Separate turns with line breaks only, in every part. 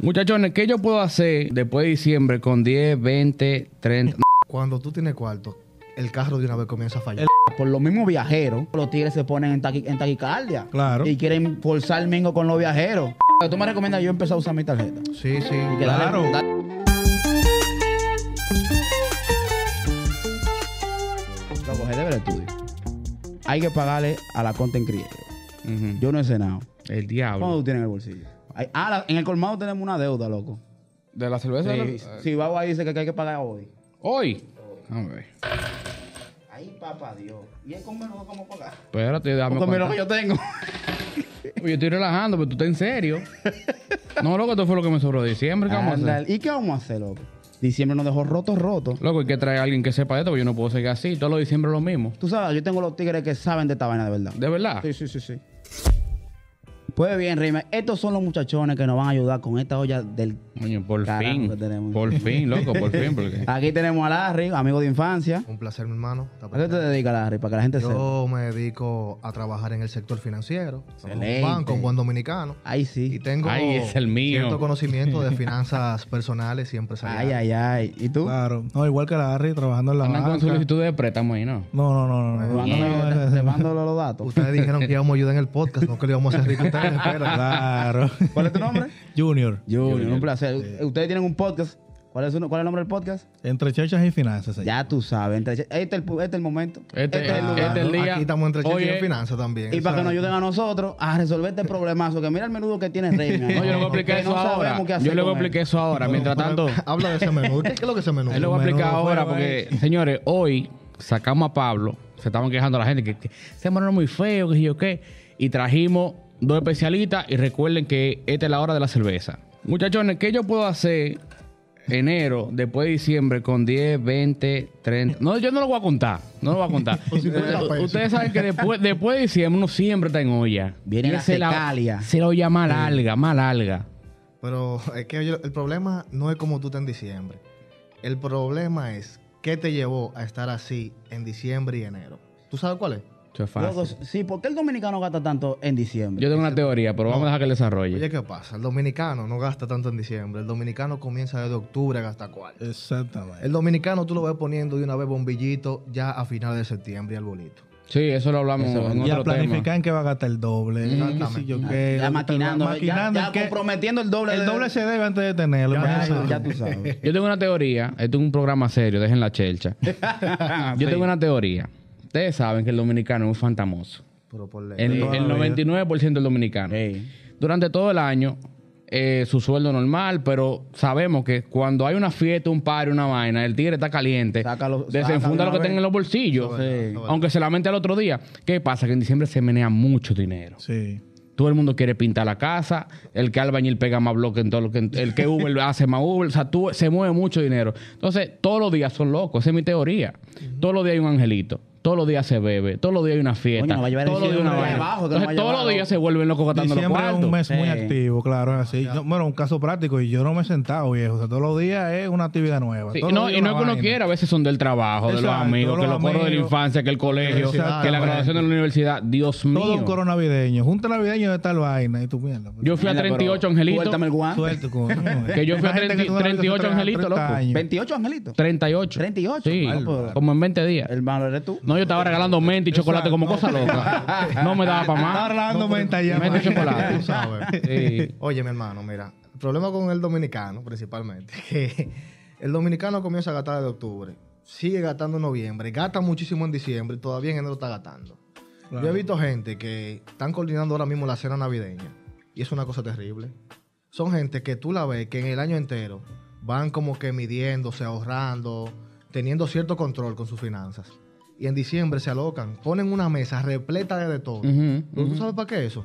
Muchachones, ¿qué yo puedo hacer después de diciembre con 10, 20, 30?
Cuando tú tienes cuarto, el carro de una vez comienza a fallar.
Por los mismos viajeros, los tigres se ponen en, taqui- en taquicardia.
Claro.
Y quieren forzar el mingo con los viajeros. Tú me recomiendas yo empezar a usar mi tarjeta.
Sí, sí.
Que dale-
Claro.
dale- Loco, es deber estudio. Hay que pagarle a la content creator.
Ujú.
Yo no he cenado.
El
¿Cuánto
diablo.
tú tienes en el bolsillo? Ay, ah, la- en el colmado tenemos una deuda, loco.
¿De la cerveza?
Si sí, Babo ahí dice que que hay que pagar hoy.
Hoy. A ver.
Ay, papá Dios. ¿Y es con menudo cómo pagar?
Espérate, dame.
Con menudo que yo tengo.
Yo estoy relajando, pero tú estás en serio. No, loco, esto fue lo que me sobró de diciembre. ¿Qué vamos a hacer?
Ándale. ¿Y qué vamos a hacer, loco? Diciembre nos dejó rotos, rotos.
Loco, hay que traer a alguien que sepa de esto, porque yo no puedo seguir así. Todos los diciembre lo mismo.
Tú sabes, yo tengo los tigres que saben de esta vaina de verdad.
¿De verdad?
Sí, sí, sí, sí. Pues bien, Rime, estos son los muchachones que nos van a ayudar con esta olla del...
Coño, por
Carajo, que
fin.
tenemos.
Por fin, loco, por fin. Porque...
Aquí tenemos a Larry, amigo de infancia.
Un placer, mi hermano. Está
¿A qué te
presente.
dedicas, Larry? Para que la gente sepa.
Yo me dedico a trabajar en el sector financiero. Somos
Excelente.
Un banco, un buen dominicano.
Ay,
Y
sí.
tengo
Ay, es el mío.
cierto conocimiento de finanzas personales
Ay,
y empresariales.
ay, ay. ¿Y tú?
Claro. No, igual que la Harry trabajando en la
Andan con
banca.
solicitud de préstamo ahí, ¿no?
No, no, no,
Te
no. no.
mando los- Te mando los los datos.
Ustedes dijeron que íbamos a ayudar en el podcast, no que le íbamos a hacer rico a ustedes. espera.
Claro.
¿Cuál es tu nombre?
Junior.
Junior, un placer. Ustedes tienen un podcast. ¿Cuál es, su- cuál es el nombre del podcast?
Entre chechas y finanzas. señor.
Ya tú sabes. Entre- este, es el, pu- este es el momento.
Este,
Este es el
ah,
lugar.
este es el día.
Aquí estamos entre
Oye,
chichis y finanzas también.
Y para que nos
¿sabes?
ayuden a nosotros a resolver este problemazo, que mira el menudo que tiene Rey.
No, yo le voy a explicar eso ahora. Yo le voy a explicar eso ahora. Mientras tanto,
Habla de ese menú. ¿Qué es lo que es ese menú?
él lo va a explicar
menudo
ahora
juego,
porque, señores, hoy sacamos a Pablo. Se estaban quejando la gente que, que ese moreno muy feo, que yo qué. Y trajimos dos especialistas. Y recuerden que esta es la hora de la cerveza. Muchachones, ¿qué yo puedo hacer enero, después de diciembre, con 10, 20, 30? No, yo no lo voy a contar. No lo voy a contar. ustedes, ustedes saben que después, después de diciembre uno siempre está en olla.
Viene
Y
la
se
secalia.
Se la olla más larga, más larga.
Pero es que yo- el problema no es como tú estás en diciembre. El problema es qué te llevó a estar así en diciembre y enero. ¿Tú sabes cuál es?
Eso es fácil.
sí, ¿por qué el dominicano gasta tanto en diciembre?
Yo tengo una teoría, pero vamos a dejar que
Oye,
desarrolle.
¿qué pasa? El dominicano no gasta tanto en diciembre. El dominicano comienza desde octubre a gastar cuál.
Exactamente.
El dominicano tú lo ves poniendo de una vez bombillito ya a finales de septiembre y arbolito.
Sí, eso lo hablamos en
Ya
otro tema. Mm,
planifican que va a gastar el doble. que si yo qué.
ya maquinando, ya-
Maquinando
ya,
que
comprometiendo el doble.
el
de-
doble se debe antes de tenerlo.
Ya,
imagínate.
ya tú sabes.
Yo tengo una teoría, esto es un programa serio, dejen la chelcha. Yo tengo una teoría. Ustedes saben que el dominicano es un fantamoso.
Pero por ley.
El,
toda
el
la
99% del dominicano.
Ey.
Durante todo el año, eh, su sueldo normal, pero sabemos que cuando hay una fiesta, un party, una vaina, el tigre está caliente,
Sácalo- sácalo
desenfunda
de
lo que
una
tenga en los bolsillos,
Eso es verdad, eso es
aunque se lamente al otro día. ¿Qué pasa? Que en diciembre se menea mucho dinero.
Sí.
Todo el mundo quiere pintar la casa. El que albañil pega más bloque en todo lo que. El que Uber hace más Uber. O sea, tú, se mueve mucho dinero. Entonces, todos los días son locos. Esa es mi teoría. Todos los días hay un angelito. Todos los días se bebe. Todos los días hay una fiesta.
Coño, no va a llevar
todos los días hay
diciembre
una
de
vaina.
abajo, que no va a
Entonces, todos
llevar,
los días
loco.
se vuelven locos gastando los
Diciembre es un
cuartos.
mes muy
Sí.
activo, claro, es así. Yo- bueno, un caso práctico, y yo no me he sentado, viejo. O sea, todos los días es una actividad nueva.
Sí,
Todos
no,
los días
y no es
una
que uno
vaina.
quiera, a veces son del trabajo, de los
Exacto,
amigos, que
los
los coros de la
amigos.
universidad, que el colegio, que la
Exactamente.
graduación de la universidad. Dios mío.
Todo un coro navideño. Junta navideño de tal vaina y tu mierda.
Yo fui a
Mira, pero
38 angelitos.
Suéltame el guante.
Suerte, coño.
Que yo fui a
Hay gente que
30
todavía se
38
traga
angelitos,
30
loco.
años.
28 angelitos.
38.
38,
Sí,
bárbaro.
como en 20 días.
Hermano, eres tú.
No, yo estaba regalando menta y chocolate como cosa loca. No me daba para
Está
más.
hablando menta ya.
Menta y
man.
chocolate.
Tú sabes.
Sí.
Oye, mi hermano, mira, el problema con el dominicano, principalmente, que el dominicano comienza a gastar de octubre, sigue gastando en noviembre, gasta muchísimo en diciembre y todavía en enero está gastando. Yo he visto gente que están coordinando ahora mismo la cena navideña y es una cosa terrible. Son gente que tú la ves que en el año entero van como que midiéndose, ahorrando, teniendo cierto control con sus finanzas. Y en diciembre se alocan, ponen una mesa repleta de, de todo.
Ujú,
¿Pero ¿Tú sabes para qué eso?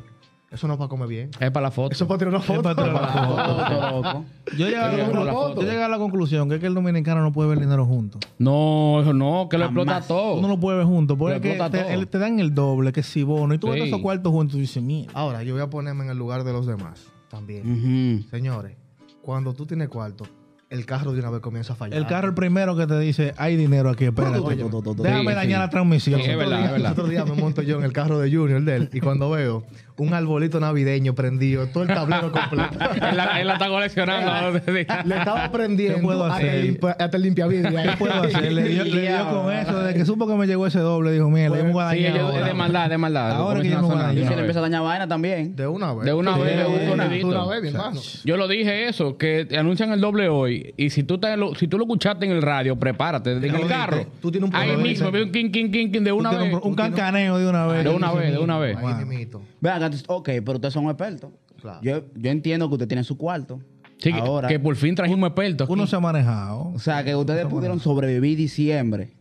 Eso no es para comer bien.
Es para la foto.
Eso es para tirar una foto.
para tirar una foto.
Todo loco.
Yo llegué, a
Yo
la
llegué a la
conclu-
foto.
yo llegué a la conclusión que es que el dominicano no puede ver dinero junto.
No, eso no, que lo explota
Jamás.
Uno
todo.
lo puede ver junto.
Lo
Porque
explota todo.
te, el- te dan el doble, que si bono. Y tú ves
Sí. Ah,
esos cuartos juntos y tú dices, mierda.
Ahora,
Mm.
yo voy a ponerme en el lugar de los demás también.
Ujú.
Señores, cuando tú tienes cuarto, el carro de una vez comienza a fallar.
El carro el primero que te dice, hay dinero aquí, espérate.
Oye, to, to, to,
Déjame
sí,
dañar
sí.
la transmisión.
Sí, es verdad.
Ah, El otro día me monto yo en el carro de Junior de él y cuando veo un arbolito navideño prendido, todo el tablero completo.
Él la, él la está coleccionando.
Le estaba prendiendo
¿Qué puedo
hasta
hacer?
el limpia- hasta el limpiavidrio.
¿Qué puedo hacer? Le dio, le dio con eso. Desde que supo que me llegó ese doble, dijo, mira, le voy a
Pues, Sí,
dañar
yo- es
ahora.
de maldad, de maldad.
Ahora
Lo
que yo
comienzan
me voy a
sonar de una
dañar.
se le
vez.
empieza a dañar vaina también.
De una vez.
De una vez, de un
De una, de
sonidito.
una vez, mi hermano.
Yo lo dije eso, que te anuncian el doble hoy. Y si tú, te lo, si tú lo escuchaste en el radio, prepárate. En el
Tú-
carro.
tú tienes un
Ahí
problema.
mismo, ve un king, king, king, king de una
Tú tienes
vez. Ah,
Un, un cancaneo de una vez.
De una vez, de una vez.
Ahí mismito.
Vean, acá, tú- ok, pero ustedes son expertos.
Claro.
Yo, yo entiendo que ustedes tienen su cuarto.
Sí, que-
Ahora,
que por fin trajimos expertos. aquí.
Uno se ha manejado.
o sea, que ustedes pudieron sobrevivir diciembre.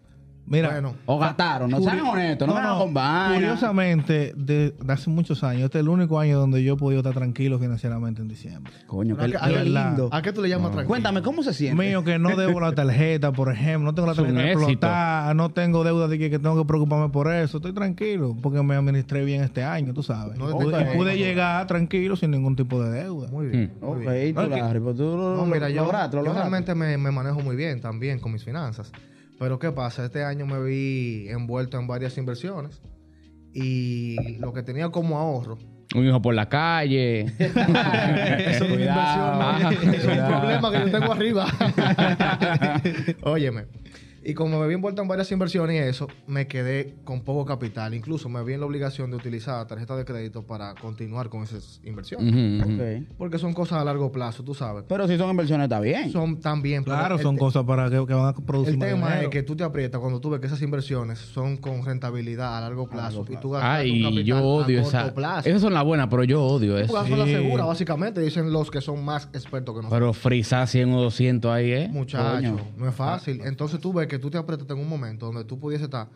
Mira,
Bueno,
O gastaron, no
Curi-
sean honestos, no, vengan con vaina.
Curiosamente, de, de hace muchos años, este es el único año donde yo he podido estar tranquilo financieramente en diciembre.
Coño,
pero
qué,
¿a,
qué
qué- a qué-
lindo. Ah,
¿a qué tú le llamas tranquilo?
Cuéntame, ¿cómo se siente?
Mío, que no debo la tarjeta, por ejemplo, no tengo la
Es un
tarjeta
éxito.
explotada, no tengo deuda de que, que tengo que preocuparme por eso, estoy tranquilo, porque me administré bien este año, tú sabes.
No te
pude,
tengo-
pude llegar tranquilo sin ningún tipo de deuda.
Muy bien.
Mm.
muy
Ok,
bien.
tú, Larry, pues tú lo,
No,
lo-
mira, yo,
lograste, lo
yo
lograste.
realmente me, me manejo muy bien también con mis finanzas. Pero ¿qué pasa? Este año me vi envuelto en varias inversiones y lo que tenía como ahorro.
Un hijo por la calle.
Eso es una
Cuidado.
inversión, es un
Cuidado.
problema que yo tengo arriba. Óyeme. Y como me vi envuelto en varias inversiones y eso, me quedé con poco capital. Incluso me vi en la obligación de utilizar la tarjeta de crédito para continuar con esas inversiones.
Ujú, ujú.
Ah. Ok.
Porque son cosas a largo plazo, tú sabes.
Pero si son inversiones, está bien.
Son también... pero
Claro,
el
son
te-
cosas para que, que van a producir
El
más
tema
dinero.
es que tú te aprietas cuando tú ves que esas inversiones son con rentabilidad a largo plazo, y tú gastas tu
Ay,
capital
yo odio
a corto
esa.
plazo.
Esas son las buenas, pero yo odio
Tú
eso.
gastas la
sí.
segura, básicamente, dicen los que son más expertos que nosotros.
Pero frisar 100 o 200 ahí, ¿eh?
Muchachos,
coño.
no es fácil. Entonces tú ves que tú te aprietas en un momento donde tú pudiese estar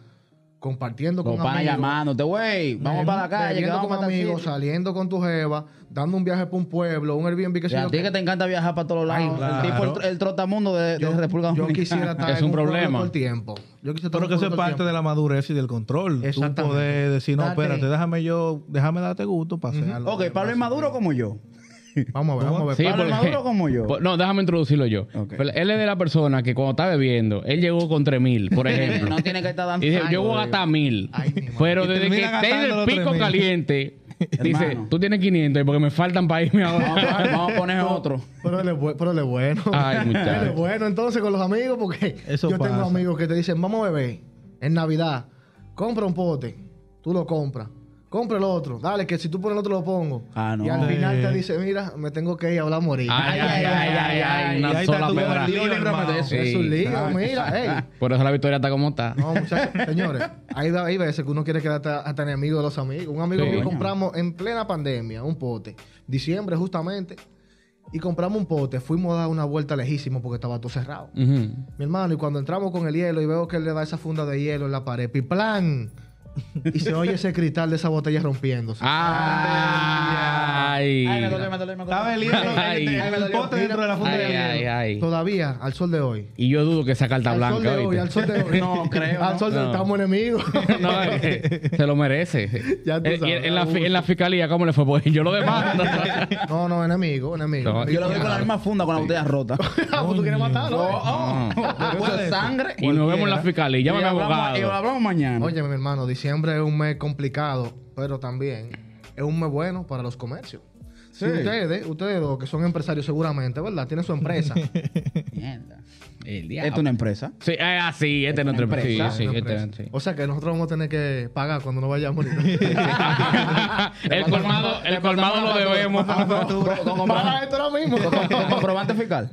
compartiendo
Los
con
panas
amigos,
llamándote, güey, vamos
bebi-
para la calle, que
bebiendo
vamos
con
para tal
amigos,
sitio.
saliendo con tu jeva, dando un viaje para un pueblo, un Airbnb que
Y
sé
a
yo
ti que
qué.
te encanta viajar para todos lados.
Ay,
El tipo,
claro.
el, el trotamundo de, de
Yo,
República
yo
Dominicana.
quisiera estar
Es
en
un
pueblo
problema.
todo el tiempo. Yo quisiera estar
Pero
en
que eso
un
es
pueblo todo el
parte
tiempo.
de la madurez y del control. Tú
Exactamente.
puedes decir, no,
Date.
espérate, déjame yo, déjame darte gusto para hacerlo.
Ok, Pablo es maduro como yo.
Vamos a ver, vamos a ver.
Sí,
Pablo
porque-
Maduro como yo.
Po- No, déjame introducirlo yo.
Ok.
Pero Él es de la persona que cuando está bebiendo, él llegó con 3000, por ejemplo.
no tiene que estar dando
Y dice,
años,
yo voy a
digo.
gastar 1000.
Ay, mi madre.
Pero
Y
desde que esté
termina
en
gastando
el
los
pico
3.000.
caliente, dice,
Hermano.
tú tienes 500 y porque me faltan para irme
Vamos,
ahora.
a- vamos a poner otro.
Pero él es, bu- pero él es bueno.
Ay, muchacho.
Él es bueno entonces con los amigos porque
Eso
yo tengo
pasa.
amigos que te dicen, vamos a beber en Navidad, compra un pote, tú lo compras. Compra el otro, dale, que si tú pones el otro lo pongo.
Ah, no.
Y al final te
Sí.
dice, mira, me tengo que ir a hablar morir.
Ay, ay, ay, ay, ay,
Y
una
ahí está
sola
tu
pedra.
lío, hermano.
Sí.
es un lío, mira, ey.
Por eso la victoria está como está.
No, muchachos, señores, hay, hay veces que uno quiere quedar hasta, hasta enemigo de los amigos. Un amigo
Sí.
que compramos en plena pandemia, un pote, diciembre justamente, y compramos un pote, fuimos a dar una vuelta lejísimo porque estaba todo cerrado.
Ujú.
Mi hermano, y cuando entramos con el hielo y veo que él le da esa funda de hielo en la pared, ¡piplan! Y se oye ese cristal de esa botella
Ah,
rompiéndose.
Ay.
Ay, me dolió, me dolió, me dolió.
Estaba el libro,
Ay.
el pote dentro de la funda
Ay,
de hielo.
ay, ay.
Todavía, al sol de hoy.
Y yo dudo que esa carta
al sol
blanca.
de hoy,
¿oíste?
al sol de hoy.
No, creo,
Al
no.
sol de hoy
No.
estamos enemigos.
No, es que se lo merece.
Ya tú
Eh, y
sabes,
en, la, fi- en la fiscalía, ¿cómo le fue? Pues yo lo demando.
No, no, enemigo, enemigo.
No,
Yo lo veo con la misma funda con la botella rota.
Ah, pues tú quieres matarlo. eh.
Eso es sangre.
y nos vemos en la fiscalía.
Y
Llámame
hablamos- Y
abogado.
hablamos mañana.
Oye, mi hermano, diciembre es un mes complicado, pero también es un mes bueno para los comercios. Si ustedes, ustedes dos que son empresarios seguramente, ¿verdad? Tienen su empresa.
Mierda.
El
Esta es una empresa.
Sí, eh, ah, sí, este es nuestro Sí,
empresa,
sí,
Una
este
empresa.
sí.
O sea que nosotros vamos a tener que pagar cuando no vayamos.
el colmado, el colmado lo debemos.
Paga esto ahora mismo.
¿Con comprobante fiscal?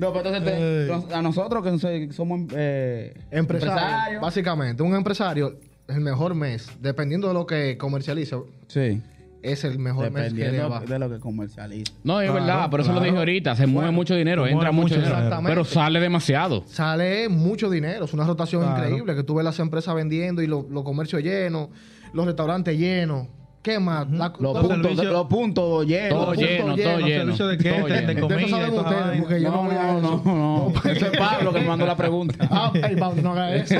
No, pero entonces te- nos- a nosotros que soy- somos eh,
empresario,
empresarios.
Básicamente, un empresario, el mejor mes, dependiendo de lo que comercialice,
Sí.
es el mejor mes que le
Dependiendo
va.
de lo que comercializa.
No, es
Claro,
verdad, por eso lo
claro.
dije ahorita. Se mueve
Bueno,
mucho dinero,
se
entra
mueve
mucho
mucho
dinero,
dinero.
pero sale demasiado.
Sale mucho dinero, es una rotación
Claro.
increíble que tú ves las empresas vendiendo y lo- los comercios llenos, los restaurantes llenos. ¿Qué más? La-
Los
puntos
la-
puntos,
servicios-
los puntos llenos.
Todo
punto
lleno, todo
lleno,
lleno.
servicio de
todo
catering, de
lleno.
de eso
comida y
saben
toda la
ustedes,
vaina.
porque yo no
No,
voy a
no,
eso.
no, no. Eso es Pablo que me mandó la pregunta.
¿eh? Ah, ey, Pablo, no haga eso.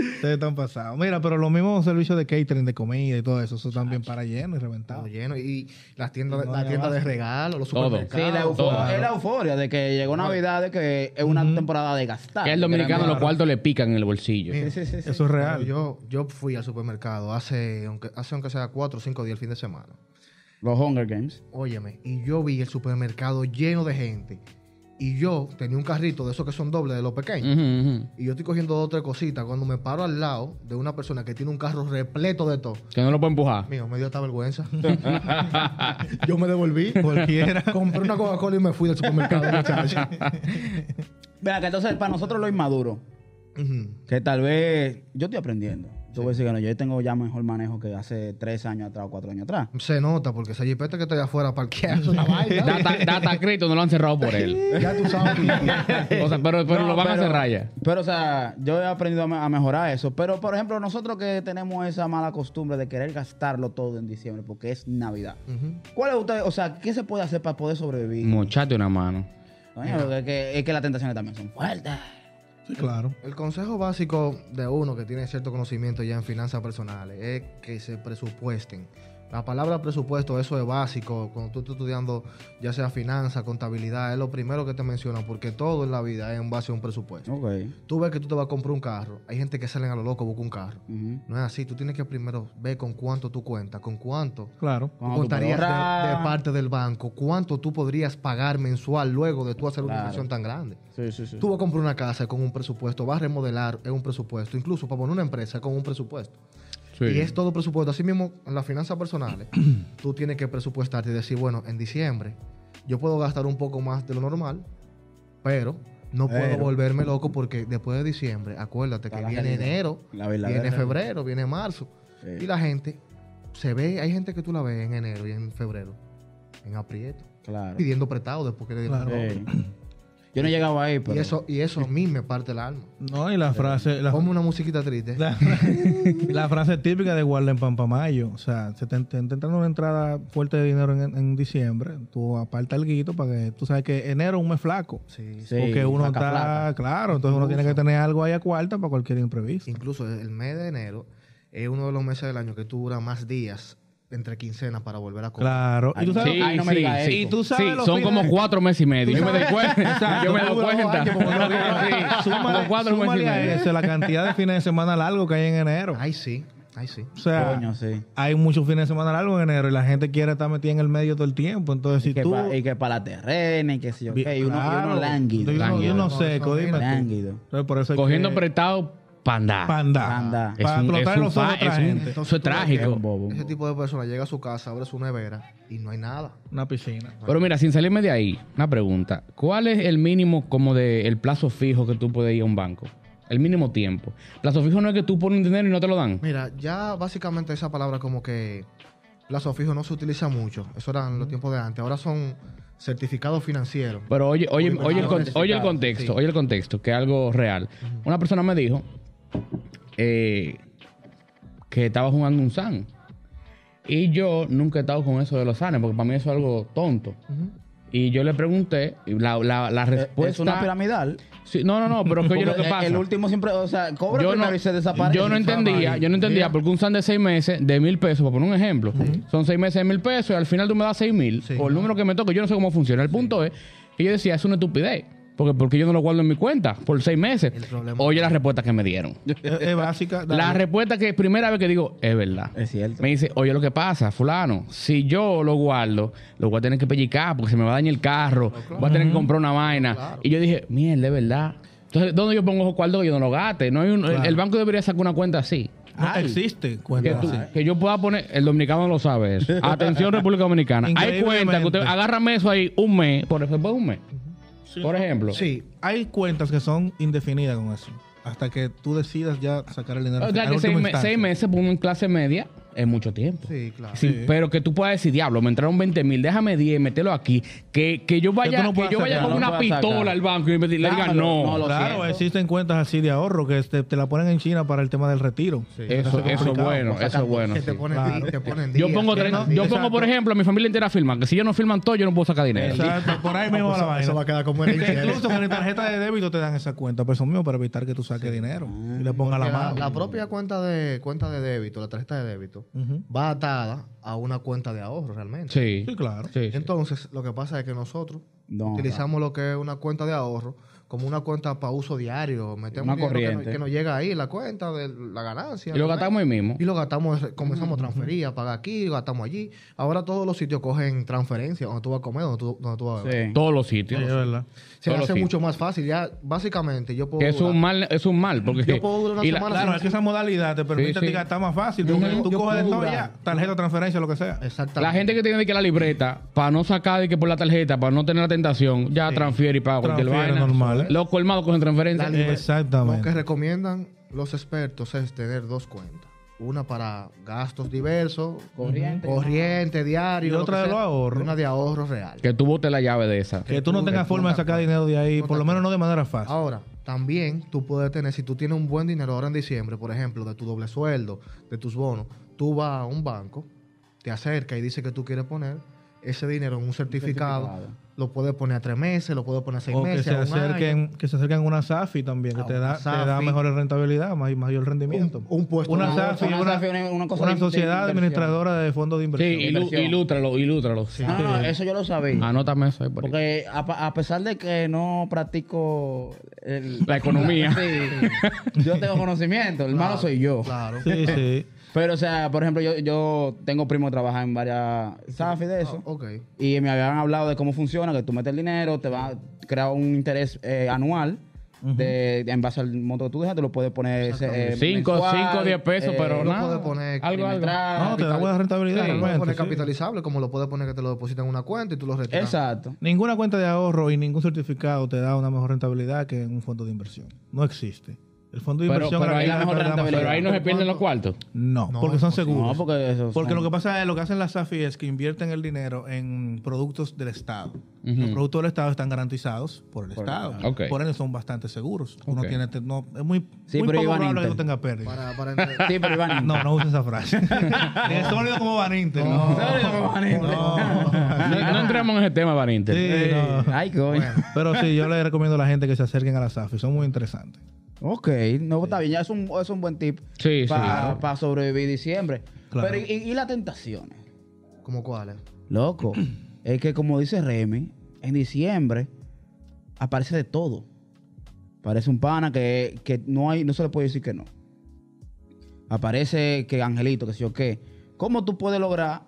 Ustedes están pasados. Mira, pero los mismos servicios de catering, de comida y todo eso, eso también para lleno y
Todo
reventado.
lleno. Y las tiendas,
No,
las
ya
tiendas
va.
de regalo, los
Todo.
Sí, la
supermercados.
todo.
euforia, es la euforia de que llegó Navidad, de que es una temporada de gastar.
Que el dominicano los
literalmente.
cuartos le pican en el bolsillo.
Mira,
Sí, sí, sí, sí.
Eso es real.
Yo, yo fui al supermercado hace aunque, hace aunque sea cuatro o cinco días el fin de semana.
Los Hunger Games.
Óyeme, y yo vi el supermercado lleno de gente. Y yo tenía un carrito de esos que son dobles de los pequeños.
Ujú, ujú.
Y yo estoy cogiendo dos o tres cositas. Cuando me paro al lado de una persona que tiene un carro repleto de todo.
Que no lo puede empujar.
Mío, me dio esta vergüenza. yo me devolví.
Cualquiera.
Compré una Coca-Cola y me fui del supermercado, muchacho.
Mira, que entonces para nosotros lo inmaduro,
Ujú.
que tal vez yo estoy aprendiendo. Yo voy a decir que no, yo tengo ya mejor manejo que hace tres años atrás o cuatro años atrás.
Se nota porque esa jipeta que está allá afuera parqueada es una vaina.
Data, data crédito no lo han cerrado por él.
ya tú sabes.
O sea, pero, pero
No,
lo van
pero-
a cerrar ya.
Pero, o sea, yo he aprendido a, me- a mejorar eso. Pero, por ejemplo, nosotros que tenemos esa mala costumbre de querer gastarlo todo en diciembre porque es Navidad. ¿Cuál es usted? O sea, ¿qué se puede hacer para poder sobrevivir?
Mochate una mano.
Coño, es, que, es que las tentaciones también son fuertes.
Sí, claro.
El consejo básico de uno que tiene cierto conocimiento ya en finanzas personales es que se presupuesten. La palabra presupuesto, eso es básico. Cuando tú estás estudiando, ya sea finanzas, contabilidad, es lo primero que te mencionan, porque todo en la vida es en base a un presupuesto.
Ok.
Tú ves que tú te vas a comprar un carro, hay gente que salen a lo loco busca un carro.
Ujú.
No es así, tú tienes que primero ver con cuánto tú cuentas, con cuánto
Claro.
tú
Cuando tú
contarías de,
puedes ahorrar.
de parte del banco, cuánto tú podrías pagar mensual luego de tú hacer una inversión tan grande.
Sí, sí, sí.
Tú vas a comprar una casa con un presupuesto, vas a remodelar es un presupuesto, incluso para poner una empresa con un presupuesto.
Sí.
Y es todo presupuesto. Así mismo, en las finanzas personales, tú tienes que presupuestarte y decir, bueno, en diciembre yo puedo gastar un poco más de lo normal, pero no puedo
Pero.
volverme loco porque después de diciembre, acuérdate que
La
viene
realidad.
enero,
La verdadera realidad.
viene febrero, viene marzo.
Sí.
Y la gente se ve, hay gente que tú la ves en enero y en febrero, en aprieto,
Claro.
pidiendo prestado después que le
Claro.
Sí. Yo no he llegado ahí, pero.
Y eso, y eso a mí me parte el alma.
No, y la frase, la,
Ponme una musiquita triste.
la- la frase típica de guarda en Pampamayo. O sea, se te, te está entrando una entrada fuerte de dinero en, en diciembre. Tú aparta el guito para que tú sabes que enero es un mes flaco.
Sí.
Sí,
porque uno
saca
está,
plata.
claro, entonces uno tiene que tener algo ahí a cuarta para cualquier imprevisto.
Incluso el mes de enero es uno de los meses del año que tú duras más días entre quincenas para volver a comer.
Claro.
Ay,
y tú sabes,
Sí,
Ay, no me
sí,
digas
sí.
eso. Y tú sabes
Sí,
los
son
fines-
como cuatro meses y medio.
Tú
Yo me doy
sabes-
cuenta.
Exacto,
Yo me doy
tú duraste
cuenta.
años como no vienes.
Sí,
Súmale-
Como cuatro meses y
súmale a
medio.
eso la cantidad de fines de semana largos que hay en enero.
Ay, sí. Ay, sí.
O sea,
Coño, sí.
hay muchos fines de semana largos en enero y la gente quiere estar metida en el medio todo el tiempo. Entonces,
Y
si
que,
tú.
pa- y que para la terrena y que sé yo.
Bien,
qué, y uno, y uno
claro.
lánguido.
Y uno- y
Lánguido.
uno seco, dime tú.
Lánguido.
Entonces, por eso hay
Cogiendo
que-
prestado panda.
Panda.
Panda.
Es
Para
un, es
explotar
un
los ojos
fa-
a otra
es un-
gente.
eso es
Qué
trágico.
bobo.
Ese tipo de persona llega a su casa, abre su nevera y no hay nada.
Una piscina.
Pero mira, sin salirme de ahí, una pregunta. ¿Cuál es el mínimo como de el plazo fijo que tú puedes ir a un banco? El mínimo tiempo. Plazo fijo no es que tú pones un dinero y no te lo dan.
Mira, ya básicamente esa palabra como que plazo fijo no se utiliza mucho. Eso eran los tiempos de antes. Ahora son certificados financieros.
Pero oye, oye,
Muy
oye, el, con-
bien,
oye el contexto,
sí.
oye el contexto, que es algo real. Una persona me dijo eh, que estaba jugando un san. Y yo nunca he estado con eso de los sanes, porque para mí eso es algo tonto. Y yo le pregunté, y la, la- la respuesta...
Eh, es una piramidal.
Sí, no, no, no, pero es que oye lo que
Porque
pasa.
El último siempre, o sea, cobra
yo
primero
no,
y se desaparece.
yo no entendía, yo no entendía porque un san de seis meses de mil pesos, para poner un ejemplo, son seis meses de mil pesos y al final tú me das seis mil o el número que me toque, yo no sé cómo funciona. El punto es que yo decía, es una estupidez. Porque, porque yo no lo guardo en mi cuenta por seis meses.
El problema-
Oye la respuesta que me dieron.
es, es básica. dale.
La respuesta que primera vez que digo, es verdad.
Es cierto.
Me dice, oye, lo que pasa, fulano, si yo lo guardo, lo voy a tener que pellicar porque se me va a dañar el carro, voy a tener que comprar una vaina. Y yo dije, mierda, es verdad. Entonces, ¿dónde yo pongo esos cuartos que yo no lo gaste? No hay un- el- el, banco debería sacar una cuenta así.
No
Ay.
Que,
existe. Cuenta
tú-
así.
que yo pueda poner, el dominicano no lo sabe eso. Atención, República Dominicana. Hay cuentas que usted,
Increíblemente.
agárrame eso ahí un mes, por, después de un mes. por ejemplo.
Sí.
Hay cuentas que son indefinidas con eso. Hasta que tú decidas ya sacar el dinero.
O sea,
en
que seis,
última
me-
instancia.
seis meses, pongo en clase media. es mucho tiempo.
Sí, claro.
Sí,
Sí.
Pero que tú puedas decir, diablo, me entraron 20 mil, déjame 10, mételo aquí. Que, que yo vaya,
tú no
que
puedas
yo vaya con
sacar, no
una
puedas
pistola
sacar.
al banco y me diga,
Dámelo,
no.
no lo
Claro,
siento.
existen cuentas así de ahorro que este, te, te la ponen en China para el tema del retiro.
eso, eso es bueno, eso es bueno.
Que te
sí.
ponen, te ponen
Yo
días,
pongo,
que
tre-
no-
yo
Exacto.
pongo, por ejemplo, a mi familia entera firman, que si ellos no firman todo, yo no puedo sacar dinero.
Exacto, por ahí
Ah,
mismo
pues
la
eso-
vaina.
Eso va a quedar como en
Que
el
incluso con la tarjeta de débito te dan esa cuenta, pero son míos para evitar que tú saques dinero y le pongas la
la,
mano.
la propia cuenta de cuenta de débito, la tarjeta de débito,
Ujú.
va atada a una cuenta de ahorro realmente.
Sí.
Sí, claro.
Sí, sí.
Entonces, lo que pasa es que nosotros
No,
utilizamos lo que es una cuenta de ahorro como una cuenta para uso diario. Metemos
Una
dinero que no-
corriente.
Que, nos llega ahí, la cuenta de la ganancia.
Y lo
¿no?
gastamos ahí mismo.
Y lo gastamos, comenzamos a transferir, a pagar aquí, gastamos allí. Ahora todos los sitios cogen transferencia, donde tú vas a comer, donde tú, donde tú vas a beber.
Sí.
Todos los
Sí,
sitios.
es verdad.
Se
Todos
hace
los
mucho más fácil. Ya, básicamente, yo puedo.
Que es
durar-
un mal, es un mal, porque
Yo puedo durar una
y la-
semana
Claro, es que esa modalidad te permite a ti
sí.
gastar más fácil. porque
Ujú.
tú
Yo
coges de
puedo
todo
durar.
ya, tarjeta, transferencia, lo que sea.
Eh,
Exactamente.
La gente que tiene de que la libreta, para no sacar de que por la tarjeta, para no tener la tentación, ya transfiere y paga cualquier
Transfiere
vaina.
normal, ¿eh?
Los colmados cogen transferencia.
La libre- Lo
Exactamente.
que recomiendan los expertos es tener dos cuentas. Una para gastos diversos,
Corriente.
corriente, diario.
Y
lo
otra
que
de
sea,
los ahorros.
y Una de ahorro real.
Que tú botes la llave de esa.
Que tú no tengas forma de sacar dinero de ahí, por lo menos no de manera fácil.
Ahora, también tú puedes tener, si tú tienes un buen dinero ahora en diciembre, por ejemplo, de tu doble sueldo, de tus bonos, tú vas a un banco, te acerca y dice que tú quieres poner ese dinero en un certificado.
certificado.
Lo puedes poner a tres meses, lo puedes poner a seis
O que
meses.
se,
a un año.
acerquen, que se acerquen a una SAFI también, que
A
te
una
da, te da
SAFI.
mejor rentabilidad, may- mayor rendimiento.
Un- un puesto
Una
de
SAFI,
ahorro. Una
una,
SAFI, una- una cosa
una
de- de
sociedad
inversión.
administradora de fondos de
Sí,
inversión.
ilú-
Inversión.
ilústralo, ilústralo.
No, no, eso yo lo sabía.
Anótame eso ahí por ahí.
Porque a, pa- a pesar de que no practico el-
La economía.
Sí, yo tengo conocimiento, el malo soy yo.
Claro.
Sí, sí.
Pero, o sea, por ejemplo, yo, yo tengo primo que trabaja en varias SAFI de eso.
Ok.
Y me habían hablado de cómo funciona, que tú metes el dinero, te va a crear un interés eh, anual de, en base al monto que tú dejas, te lo puedes poner... eh,
Cinco,
mensual,
cinco, diez pesos,
eh,
pero
tú lo puedes
nada.
poner
algo, algo.
No, te da
trimestral, Ah, capital-
buena rentabilidad.
Claro, lo puedes
realmente,
poner
sí.
capitalizable, como lo puedes poner que te lo depositan en una cuenta y tú lo retiras.
Exacto.
Ninguna cuenta de ahorro y ningún certificado te da una mejor rentabilidad que un fondo de inversión. No existe. El fondo de
Pero,
inversión
pero,
ahora
ahí,
mismo te
mejor
da más-
rentabilidad.
pero ahí no se pierden los cuartos.
No,
No,
porque son
es posible.
seguros.
No, porque eso...
Porque lo
son-
que pasa es, lo que hacen las SAFI es que invierten el dinero en productos del Estado. Los productos del Estado están garantizados por el Estado.
Ok.
Por ende son bastante seguros. Tú no
Ok.
tienes- te- no- es muy,
Sí,
muy
pero
poco
Iván
probable que
Inter.
tú tengas pérdida.
Para, para entender.
Sí, pero Iván...
No, no uses esa frase. Ni es sólido como Van Inter. No.
Sólido como Van Inter.
No.
No, no entremos en ese tema, Vaninte.
Sí, no.
Ay, coño.
Pero sí, yo le recomiendo a la gente que se acerquen a las SAFI. Son muy interesantes.
Ok, no, está bien, ya es un, es un buen tip
Sí, sí,
para
claro.
sobrevivir diciembre.
Claro.
Pero, ¿y, y las tentaciones?
¿Cómo cuáles?
Loco, es que como dice Remy, en diciembre aparece de todo. Parece un pana que, que no hay, no se le puede decir que no. Aparece que Angelito, que sé yo qué. ¿Cómo tú puedes lograr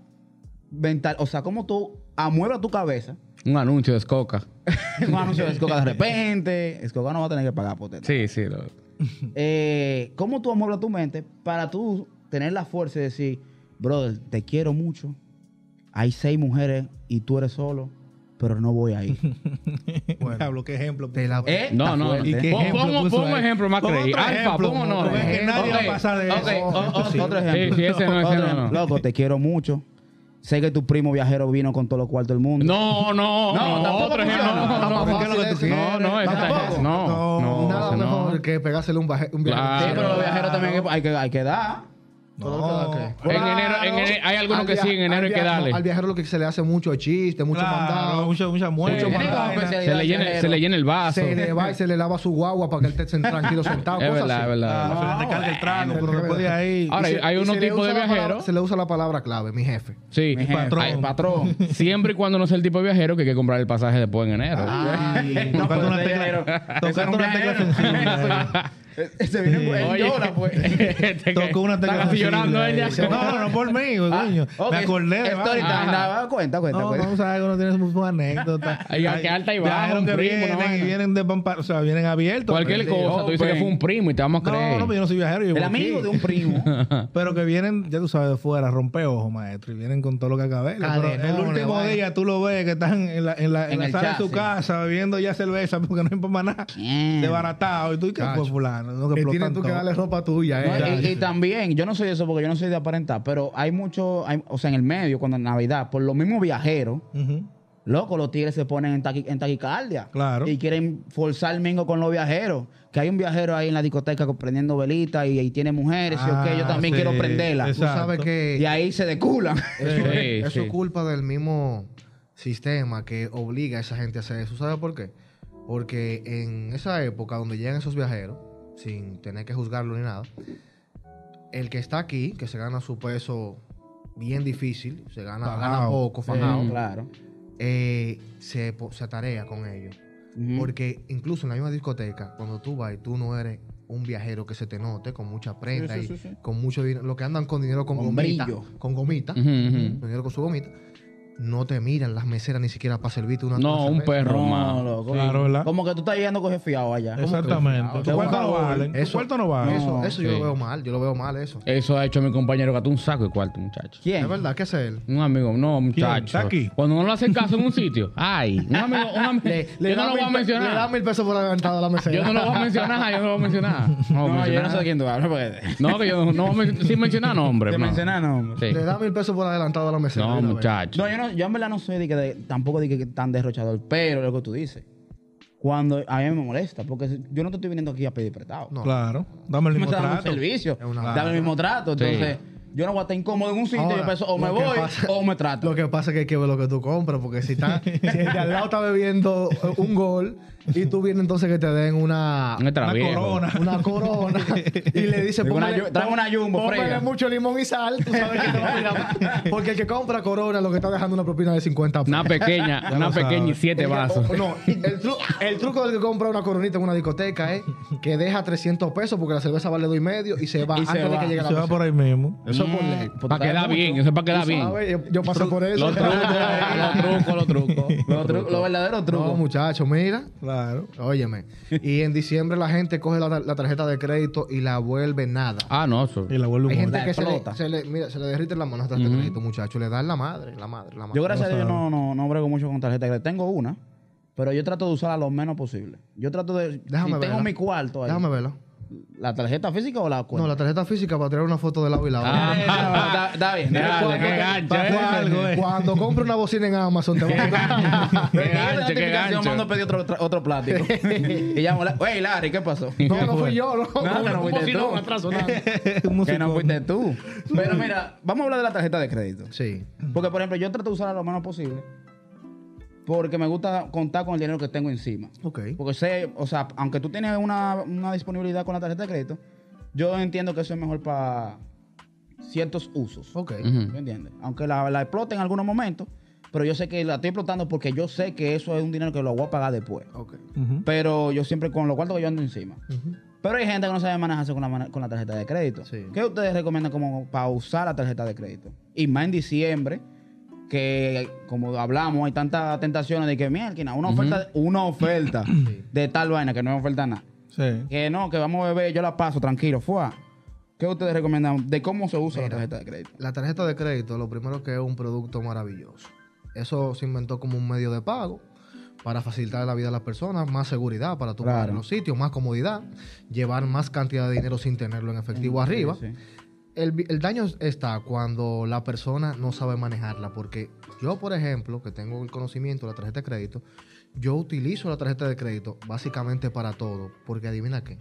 mental, o sea, cómo tú amueblas tu cabeza?
Un anuncio de Escoca.
un anuncio de Escoca de repente, Escoca no va a tener que pagar por tener.
Sí, sí. lo-
Eh, ¿Cómo tú amueblas tu mente para tú tener la fuerza de decir, brother, te quiero mucho, hay seis mujeres y tú eres solo, pero no voy a ir?
Bueno. Diablo, qué ejemplo.
Te la-
Eh,
No,
está
no,
fuerte.
¿Y qué
Pon-
ejemplo
pongo-
puso
pongo
ahí?
ejemplo más
Pon otro
creíble. Alfa,
ejemplo,
pon o no.
porque es que nadie
Ok,
va a pasar de
ok,
eso. Este
o- o-
Imposible.
Otro
Sí,
ejemplo.
sí, ese no, ese
Otro
no,
ejemplo.
no.
Loco, te quiero mucho. Sé que tu primo viajero vino con todos los cuartos del mundo.
No, no, no,
tampoco
otro ejemplo.
funciona.
No, no,
Tampoco
no,
es lo que tú
no,
quieres.
no, ese
Tampoco.
está- no, no,
Nada
ese no.
mejor que pegársele un, baje- un viaje.
Claro.
Sí, pero los viajeros también hay que- hay que, hay que dar.
Todo lo que da que-
En enero, en enero- hay algunos
Al
que
via-
sí, en
al
enero hay que
via-
darle.
no, al viajero lo que se le hace mucho chiste, mucho
Claro,
mandado.
mucha, mucha muerte.
Sí.
mucha
Tiene
como
vaina.
especialidad.
pues, Se le, llena, se le llena el vaso.
Se le va y se le lava su guagua para que él esté tranquilo sentado.
Es
cosas
verdad, es
así.
verdad.
Ah, se le recarga el trago,
bueno.
pero después de ahí.
Ahora,
Y se-
hay
y
unos
se le
tipos de
usa la palabra-
viajeros.
Se le usa la palabra clave, mi jefe.
Sí.
Mi jefe,
patrón.
ay, el patrón.
Siempre y cuando no sea el tipo de viajero que hay que comprar el pasaje después en enero.
Ah,
Ay,
Tocando
pues,
una
ese
tecla-
viajero-
tocando
ese no
una
es
tecla
viajero.
sensible.
Ese- ese vino
Sí.
en- en
Oye.
Yola, pues.
Este que-
Tocó una
está
tecla
casi
sensible
llorando
ahí.
ella. Ah,
No, no, no por mí, coño.
Ah, Ok,
Me acordé de
Story
vaina.
time, nada, cuenta, cuenta,
No,
cuenta.
no sabes que uno tiene su, su anécdota.
pues. Ay, que alta y baja,
viajeros
un
que
primo, una
vienen y
vaina.
vienen de pampa, o sea, vienen abiertos.
Cualquier
prendidos.
cosa, tú dices que fue un primo y te vamos a
No,
creer.
no, pero yo no soy viajero. Yo
El
vivo
amigo
aquí.
de un primo.
Pero que vienen, ya tú sabes, de fuera, rompe ojos, maestro, y vienen con todo lo que acabé. Pero
Cadenón,
el último
vaina.
día tú lo ves que están en la, en la, en
En
la
el
sala de
chasis.
su casa bebiendo ya cerveza porque no hay para más nada.
Bien.
Desbaratado. Y tú, ¿y ¿qué fue
Cacho.
fulano? Claro, no que
Que tienes
explotan
tú que
todo.
darle ropa tuya.
No,
eh.
y, y también, yo no soy eso porque yo no soy de aparentar, pero hay mucho, hay- o sea, en el medio, cuando en Navidad, por los mismos viajeros,
Ujú.
loco, los tigres se ponen en, taqui- en taquicardia.
Claro.
Y quieren forzar el mingo con los viajeros. Que hay un viajero ahí en la discoteca con- prendiendo velitas y, y tiene mujeres, y ok, yo
Ah,
también
sí,
quiero prenderla.
exacto.
Tú sabes que...
Y ahí se deculan.
Eso,
Sí,
es- eso
sí.
es culpa del mismo sistema que obliga a esa gente a hacer eso. ¿Sabes por qué? Porque en esa época donde llegan esos viajeros, sin tener que juzgarlo ni nada, el que está aquí, que se gana su peso bien difícil, se gana, gana
Fajao.
poco,
Sí,
fajao,
claro.
eh, se, po- se atarea con ellos.
Ujú.
Porque incluso en la misma discoteca, cuando tú vas y tú no eres un viajero que se te note con mucha prenda
Sí, sí,
y
sí, sí.
con mucho dinero, los que andan con dinero con,
Con
gomita,
brillo.
con gomita, dinero con su gomita, no te miran las meseras ni siquiera para servirte una
No,
una
un
cerveza.
perro,
No,
man.
loco.
Claro, ¿verdad?
Como que tú estás llegando a coger fiado allá.
Exactamente. Tu
Te
cuarto
busca
no
Uber.
vale. Tu
Eso-
cuarto no vale.
Eso,
No,
eso yo
sí. Eh,
lo veo mal, yo lo veo mal eso.
Eso ha hecho mi compañero que ató un saco y cuarto, muchacho.
¿Quién?
Es verdad, ¿qué hace él?
Un amigo, no, muchacho.
¿Taki?
Cuando uno le hace caso en un sitio, ay, un amigo, un amigo. yo no lo voy a
Le da
mencionar.
mil pesos por adelantado a la mesera.
Yo no lo voy a mencionar, yo no lo voy a mencionar. No, voy a
No, yo no
mencionar.
sé de quién tú hablas. Porque...
No, que yo no, no voy a men- sin mencionar nombres.
Te
no.
mencionas, no, hombre.
Sí.
Le da mil pesos por adelantado a la mesera.
No,
de una vez.
muchacho.
No, yo, no, yo en verdad no soy de que de- tampoco de que tan derrochador, pero lo que tú dices, cuando a mí me molesta, porque yo no te estoy viniendo aquí a pedir prestado.
No.
Claro. Dame el
Tú me
mismo
estás dando un
trato.
servicio,
Es una
dame el mismo trato.
Sí.
Entonces, yo no voy a estar incómodo en un sitio,
Ahora,
yo pienso, o me
lo que
voy
pasa-
o me trato.
Lo que pasa es que hay que ver lo que tú compras, porque si, está, si el de al lado está bebiendo eh, un gol y tú vienes entonces que te den una,
Un extra
Una
viejo.
corona.
una corona y le dice
Traigo una
póngale,
yu- traigo una jumbo,
póngale
frega.
mucho limón y sal tú sabes que te va a mirar. porque el que compra corona lo que está dejando una propina de 50 pesos
Una pequeña, una
lo sabes.
pequeña y siete
El que-
vasos.
o- no el, tru- el truco del que compra una coronita en una discoteca es que deja 300 pesos porque la cerveza vale dos y medio y se va
Y se
antes de
va.
que llegue la
Se va
mesera.
por ahí mismo.
eso es por ley
Pues tú
Para
sabes
quedar
mucho.
bien, eso es para quedar
Tú
bien.
sabes, yo- yo pasé por eso
Los trucos, los trucos, los trucos.
Los tru- los verdaderos
no
trucos.
muchacho mira
Claro.
Óyeme. Y en diciembre la gente coge la, la tarjeta de crédito y la vuelve nada.
Ah, no, eso.
Y la vuelve
Hay
un
gente
la
que se
explota.
le, se le- mira, se le derrite la mano a la tarjeta de crédito, muchacho. Le dan la madre, la madre, la madre.
yo gracias
no
a Dios
sabe.
no, no, no brego mucho con tarjeta, de crédito. tengo una, pero yo trato de usarla lo menos posible. Yo trato de...
Déjame
si tengo
verla.
mi cuarto ahí,
Déjame verlo.
¿la tarjeta física o la cuenta?
No, la tarjeta física para tirar una foto de lado y lado.
Ah, no, está- está bien,
Dale,
dale,
qué
dale.
gancho,
pa-
eh.
pa- algo, eh.
Cuando compre una bocina en Amazon te va a tocar.
Qué
Pero yo
gancho, qué
notificación, mando a
gancho.
pedir otro, otro, otro plástico. y llamo, la- "Wey, Larry, ¿qué pasó?
No, no fui yo, no.
No, que no fuiste
Bocina,
tú.
atrás, sonando.
que no fuiste tú. Pero mira, vamos a hablar de la tarjeta de crédito.
Sí.
Porque, por ejemplo, yo trato de usarla lo menos posible. Porque me gusta contar con el dinero que tengo encima.
Ok.
Porque sé, o sea, aunque tú tienes una, una disponibilidad con la tarjeta de crédito, yo entiendo que eso es mejor para ciertos usos.
Ok.
Mm.
¿Me entiendes? Aunque la, la explote en algunos momentos, pero yo sé que la estoy explotando porque yo sé que eso es un dinero que lo voy a pagar después.
Ok.
Ujú.
Pero yo siempre con lo cuartos que yo ando encima. Pero hay gente que no sabe manejarse con la, mana- con la tarjeta de crédito.
Sí.
¿Qué ustedes recomiendan como para usar la tarjeta de crédito? Y más en diciembre, que como hablamos, hay tantas tentaciones de que, mira, una oferta, una oferta de tal vaina que no es oferta nada.
Sí.
Que no, que vamos a beber, yo la paso, tranquilo, fuá. ¿Qué ustedes recomiendan de cómo se usa la tarjeta de crédito?
La tarjeta de crédito, lo primero que es un producto maravilloso. Eso se inventó como un medio de pago para facilitar la vida a las personas, más seguridad para tu pagar
Claro.
en los sitios, más comodidad, llevar más cantidad de dinero sin tenerlo en efectivo
Mm, Sí,
arriba.
sí.
El, vi- el daño está cuando la persona no sabe manejarla, porque yo, por ejemplo, que tengo el conocimiento de la tarjeta de crédito, yo utilizo la tarjeta de crédito básicamente para todo, porque adivina qué,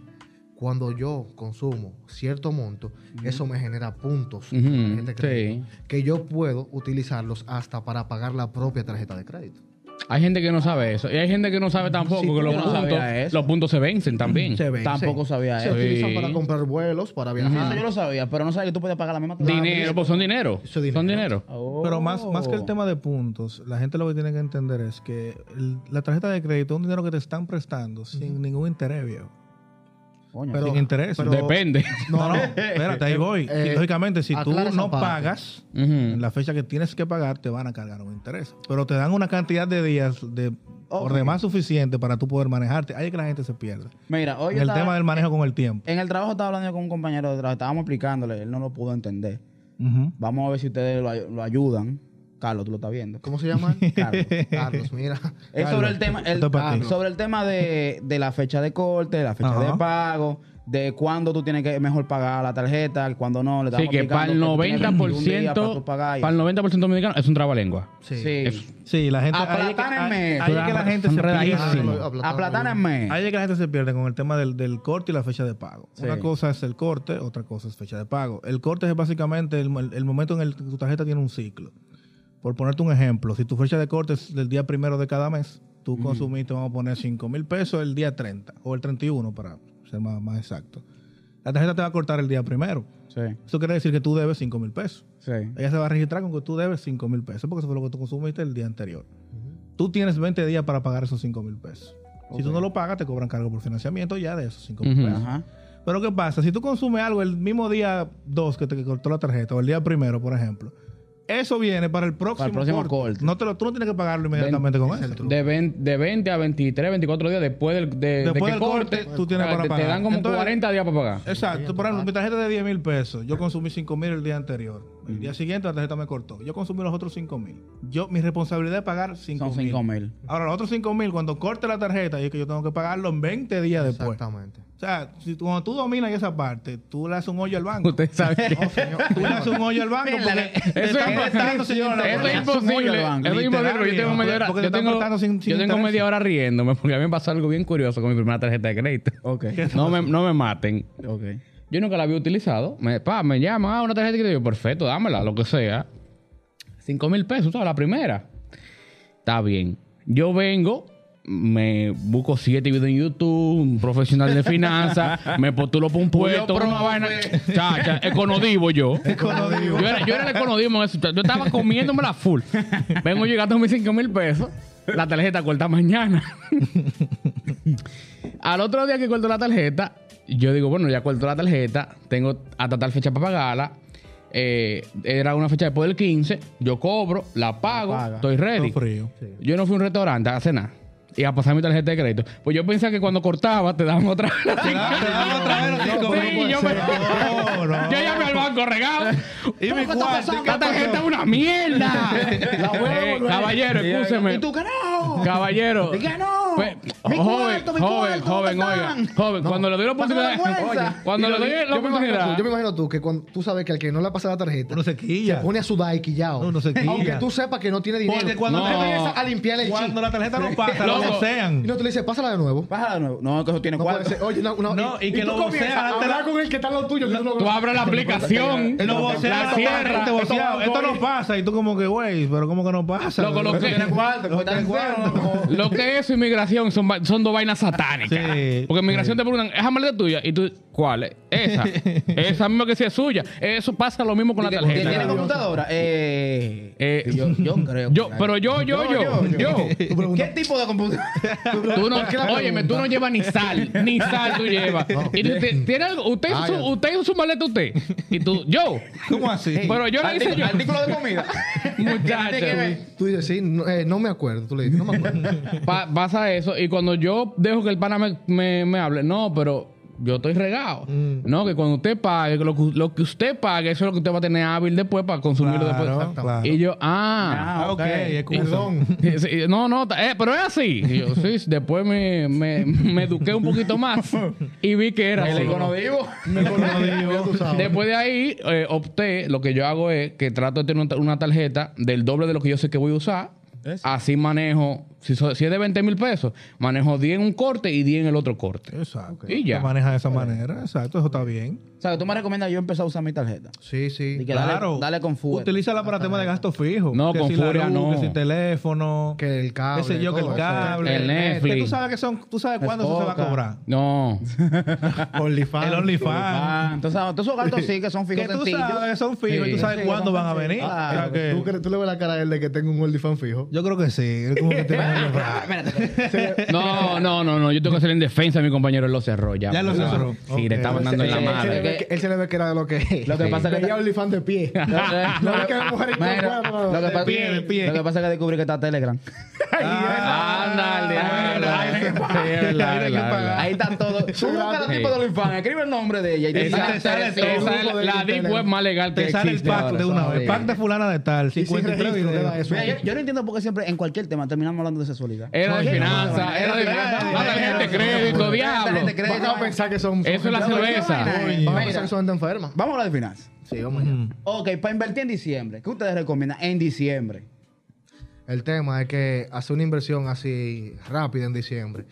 cuando yo consumo cierto monto, eso me genera puntos en la tarjeta de
Ujú,
crédito, que yo puedo utilizarlos hasta para pagar la propia tarjeta de crédito.
Hay gente que no sabe eso. Y hay gente que no sabe tampoco
Sí,
que los
yo no
puntos,
sabía eso.
los puntos se vencen también.
Se vence.
Tampoco sabía
Se
eso.
utilizan
Sí.
para comprar vuelos, para
Sí,
viajar.
eso yo lo sabía, pero no sabía que tú podías pagar la misma tarjeta.
Dinero, pues son dinero.
Eso es
Son
dinero.
dinero.
Pero más, más
Oh,
Oh.
que el tema de puntos, la gente lo que tiene que entender es que el- la tarjeta de crédito es un dinero que te están prestando sin ningún interés, viejo.
Coño,
Pero-
sin interés.
pero-
Depende.
no, no, espérate, ahí voy.
eh,
Y, lógicamente, si tú
aclara esa
no
parte.
pagas
Mm.
Ujú.
en la fecha que tienes que pagar, te van a cargar un interés. Pero te dan una cantidad de días de, por
Ok.
demás suficiente para tú poder manejarte. Ahí es que la gente se pierde.
Mira, hoy
En
yo
el
estaba-
tema del manejo con el tiempo.
en el trabajo estaba hablando yo con un compañero de trabajo, estábamos explicándole, él no lo pudo entender.
Ujú.
Vamos a ver si ustedes lo, ay- lo ayudan. Carlos, tú lo estás viendo.
¿Cómo se llama?
Carlos.
Carlos, mira.
Es
Carlos,
sobre el tema, el-
esto es para ti.
sobre el tema de, de la fecha de corte, la fecha
Ajá.
de pago, de cuándo tú tienes que mejor pagar la tarjeta, cuándo no. Le
Así
estamos
que para el
explicando que tú tienes 21 días para
90%,
tú pagar y-
para el 90% dominicano es un trabalengua.
Sí.
Sí.
Sí, la gente. ahí es que-
Aplatánenme.
ahí- ahí es que la gente se
Ah,
Enredadísimo.
pierde.
Sí.
lo- aplatado.
Aplatánenme.
Ahí es que la gente se pierde con el tema del, del corte y la fecha de pago. Una cosa es el corte, otra cosa es fecha de pago. El corte es básicamente el, el- el momento en el que tu tarjeta tiene un ciclo. Por ponerte un ejemplo, si tu fecha de corte es del día primero de cada mes, tú consumiste, vamos a poner 5 mil pesos el día 30 o el 31 para ser más, más exacto. La tarjeta te va a cortar el día primero.
Sí,
Eso quiere decir que tú debes 5 mil pesos.
sí.
Ella se va a registrar con que tú debes 5 mil pesos porque eso fue lo que tú consumiste el día anterior. Tú tienes 20 días para pagar esos 5 mil pesos. Si tú no lo pagas, te cobran cargo por financiamiento ya de esos 5 mil
Ujú.
pesos.
Ajá.
Pero ¿qué pasa? Si tú consumes algo el mismo día 2 que te cortó la tarjeta o el día primero, por ejemplo, eso viene para el próximo,
próximo corte.
No te lo, tú no tienes que pagarlo inmediatamente con eso.
De, 20, de 20 a 23, 24 días después del, de, de
Después
que
del corte, tú tienes
o sea, te,
para
te
pagar.
dan como
Entonces-
40 días para pagar.
Exacto, por ejemplo, mi tarjeta de 10 mil pesos, yo consumí 5 mil el día anterior. El día siguiente la tarjeta me cortó. Yo consumí los otros 5 mil. Yo, mi responsabilidad es pagar 5
Son
mil.
5 mil.
Ahora, los otros 5 mil, cuando corte la tarjeta, es que yo tengo que pagarlo en 20 días después.
Exactamente.
O sea, si tú- cuando tú dominas esa parte, tú le haces un hoyo al banco.
Usted sabe que
No, señor.
Tú le haces un hoyo al banco
Mira,
porque
la-
te
eso
están
es-
prestando, señor.
Eso
la
es
verdad.
imposible.
Literal,
Eso es imposible porque yo tengo
viejo.
media hora.
Porque te
Yo
están
tengo,
cortando sin- sin
yo tengo
interés.
media hora riéndome porque a mí me pasó algo bien curioso con mi primera tarjeta de crédito.
Ok.
No me, no me maten.
Ok.
Yo nunca la había utilizado. Me, pa, me llaman, ah, una tarjeta de crédito. Yo, perfecto, dámela, lo que sea. 5 mil pesos, ¿sabes? La primera. Está bien. Yo vengo, me busco siete videos en YouTube, un profesional de finanzas, me postulo para un puesto, por una vaina. Chacha, econodivo yo.
Econodivo.
Yo era, yo era el econodivo en eso. Yo estaba comiéndome la full. Vengo llegando a mis 5 mil pesos. La tarjeta corta mañana. Al otro día que corto la tarjeta, yo digo, bueno, ya corto la tarjeta, tengo hasta tal fecha para pagarla. Eh, era una fecha después del 15, yo cobro, la pago,
paga.
estoy ready.
Todo frío.
Yo no fui a un restaurante a cenar y a pasar mi tarjeta de crédito. Pues yo pensaba que cuando cortaba te daban otra.
Te dan- te dan otra vez los
Sí,
cinco mil,
yo
pues.
me-
No, no.
Yo llamé al banco regado.
Y mi cuarto, ¿y qué
La tarjeta es
pasó?
una mierda.
voy a
Eh,
devolver.
caballero, escúcheme.
¿Y tú qué no?
Caballero.
Diga no.
Pues, joven,
Mi cuarto, mi
joven,
cuarto,
joven,
¿dónde
oiga.
están?
Joven, cuando le doy la
Pasa
oportunidad.
vergüenza.
Oye, Cuando
Y
le
lo-
doy la
yo me imagino tú-
oportunidad.
Yo me imagino tú que cuando tú sabes que al que no le ha pasado la tarjeta,
Uno se quilla.
pone a sudar y quillao.
Uno se quilla.
Aunque tú sepas que no tiene dinero.
Porque cuando
No.
regresa a limpiar el chip.
Cuando la tarjeta no pasa, lo
Loco.
Y
sean.
no tú le dices, pásala de nuevo.
Bájala de nuevo. No, que eso tiene
No puede
cuatro.
ser. Oye, no, no,
No, y que
tú
lo
comienzas
vocea,
a
antes
hablar
la-
con el que está al lado tuyo. que tú no-
Tú abres la aplicación.
Él lo vocea,
La
lo
cierra.
parte, voceado. Esto no pasa. Y tú como que, güey, pero ¿cómo que no pasa?
Loco, lo que-
cuarto,
Lo tiene cuarto.
Lo que es inmigración son, va- son dos vainas satánicas.
Sí,
Porque inmigración te preguntan, ¿esa maleta es tuya? Y tú, ¿cuál? es? Esa. Esa misma que sí es suya. Eso pasa lo mismo con la
¿Tiene tiene
tarjeta.
computadora? Eh,
Eh,
yo, yo creo. que
Yo,
hay.
pero yo, yo, yo, yo.
¿Qué tipo de computadora?
Tú no, óyeme, tú no llevas ni sal, ni sal tú llevas. Y tú, te- ¿tiene algo? ¿Usted, hizo
Ah,
su,
ya.
usted hizo su maleta usted. Y tú, yo.
¿Cómo así?
Pero yo le hice
Artículo,
yo.
artículo de comida. Tiene que
Muchacho.
ver.
Tú dices, sí, no, eh, no me acuerdo. Tú le dices, no me acuerdo.
Pa- pasa eso. Y cuando yo dejo que el pana me, me- me hable, no, pero yo estoy regado. No, que cuando usted pague, que lo, que- lo que usted pague, eso es lo que usted va a tener hábil después para consumirlo
Claro,
después.
claro.
Y yo, ah.
Ah, ok, excusa.
Sí, sí, No, no, ta- eh, pero es así. Y yo, sí, después me, me- me eduqué un poquito más y vi que era así.
digo.
Me acuerdo, ya tú sabes.
Después de ahí, eh, opté, lo que yo hago es que trato de tener una- una tarjeta del doble de lo que yo sé que voy a usar. Así manejo, si, so- si es de 20 mil pesos, manejo 10 en un corte y 10 en el otro corte.
Exacto.
Y ya.
Lo maneja de esa manera. Exacto, eso está bien.
O sea, tú me recomiendas yo empezar a usar mi tarjeta.
Sí,
Y
sí.
que dale- Dale, con fuego.
Utilízala para temas de gasto fijo.
No,
que
con
si la
furia
luz,
no.
Que si teléfono.
Que el cable,
qué sé yo, que
todo
el
eso.
cable.
El
net,
Netflix.
que Tú sabes, que son, tú sabes cuándo eso se va a
Espoca.
cobrar.
No.
OnlyFans.
El OnlyFans.
Ah, entonces, todos esos gastos sí que son
Que
fijos
tú
sencillos.
sabes que son fijos y tú
Sí.
sabes
Sí,
cuándo
son
van a venir.
sencillos.
O sea
Claro.
que-
¿Tú, crees- tú le ves la cara a él de que tengo un OnlyFans fijo.
yo creo que sí. Él como que tiene medio
Ah,
raro.
No, no, no, no. Yo tengo que hacer en defensa a mi compañero. Él lo cerró ya.
Ya lo
Ah,
cerró.
Sí,
Ok.
le estaban dando en la
Sí,
Él se le
madre.
ve que- él se le ve que era de lo que es.
Lo que pasa es que-
Veía OnlyFans de pie.
Lo
No, es que las mujeres
Mira,
con cuatro.
lo que
De
pasa-
pie, de pie.
Lo que pasa es que descubrí que está Telegram.
Ah,
estándar de
hay que pagar.
Sí, es verdad,
Hay que
es verdad, es
pagar.
verdad.
Ahí está todo. Tú busca a la
Sí.
tipo de OnlyFans, escribe el nombre de ella y te "Ah,
Esa-
sale
esa-
todo.
esa es la- la deep web más legal que
Te sale el
existe
pack
ahora,
de una
¿sabes?
vez. Pack de fulana de tal,
Y sin
53
registro,
videos.
queda eso.
Mira, yo, yo no entiendo por qué siempre en cualquier tema terminamos hablando de sexualidad.
Era de
Oye,
finanzas,
no,
era de
no,
finanzas.
no,
Ah, tarjeta de
no,
crédito,
no,
diablo.
Tarjeta de crédito.
Vamos a pensar que son.
Eso es la
son-
cerveza.
Oye, Vamos a pensar que son gente enferma.
Vamos a hablar de finanzas.
Sí, vamos allá.
Ok, para invertir en diciembre, ¿qué ustedes recomiendan en diciembre?
El tema es que hacer una inversión así rápida en diciembre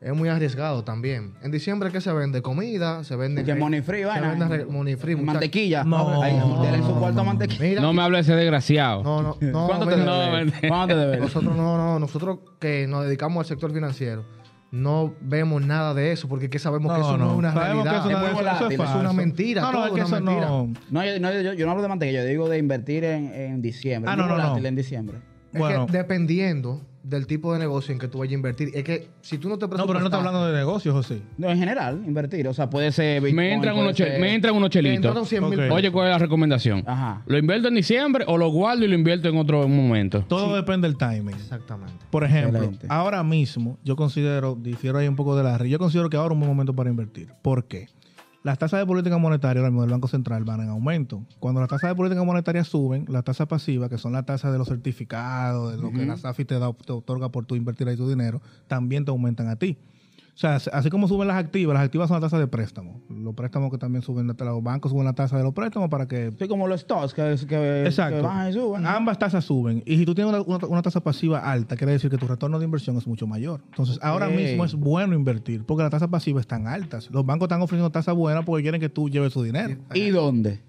es muy arriesgado también. En diciembre, ¿qué se vende? Comida, se vende.
Porque money free,
se
vaina.
vende re- money free, muchacho.
Mantequilla.
No.
Ahí, dele en su cuarto mantequilla.
Mira,
No me hable de ese desgraciado.
no, no, no.
¿Cuánto te
mira,
no,
mira.
vende?
Vamos a deber.
Nosotros no, no, nosotros que nos dedicamos al sector financiero no vemos nada de eso porque que sabemos que eso no, es una
Sabemos
realidad.
que eso, no
Es muy
eso
volátil,
es
eso es
falso.
una mentira,
No, no,
todo
es que
es una
eso no.
No, yo, no, yo, yo no hablo de mantequilla, yo digo de invertir en, en diciembre.
Ah, no,
Muy
no, no.
volátil En diciembre.
Es que
Bueno,
dependiendo del tipo de negocio en que tú vayas a invertir, es que si tú no te
no, pero no está
presupuestaste-
hablando de negocios, o sí.
No, en general, invertir. O sea, puede ser. Bitcoin,
Me entran
puede
unos
ser-
che- me entran unos
Te entraron
chelitos.
100 mil
Ok.
pesos.
Oye, ¿cuál es la recomendación?
Ajá.
¿Lo invierto en diciembre o lo guardo y lo invierto en otro momento?
Todo depende del timing.
Exactamente.
Por ejemplo,
Excelente.
ahora mismo yo considero, difiero ahí un poco de la Yo considero que ahora es un buen momento para invertir. ¿Por qué? Las tasas de política monetaria ahora mismo del Banco Central van en aumento. Cuando las tasas de política monetaria suben, las tasas pasivas, que son las tasas de los certificados, de lo que la SAFI te, da- te otorga por tu invertir ahí tu dinero, también te aumentan a ti. O sea, as- así como suben las activas, las activas son las tasas de préstamo. Los préstamos que también suben, la- los bancos suben la tasa de los préstamos para que
Sí, como los stocks que, que, que
Exacto. Ah.
bajan y suben.
Ambas tasas suben. Y si tú tienes una, una- una tasa pasiva alta, quiere decir que tu retorno de inversión es mucho mayor. Entonces, ahora
Ok.
mismo es bueno invertir porque las tasas pasivas están altas. Los bancos están ofreciendo tasas buenas porque quieren que tú lleves su dinero.
¿Y dónde?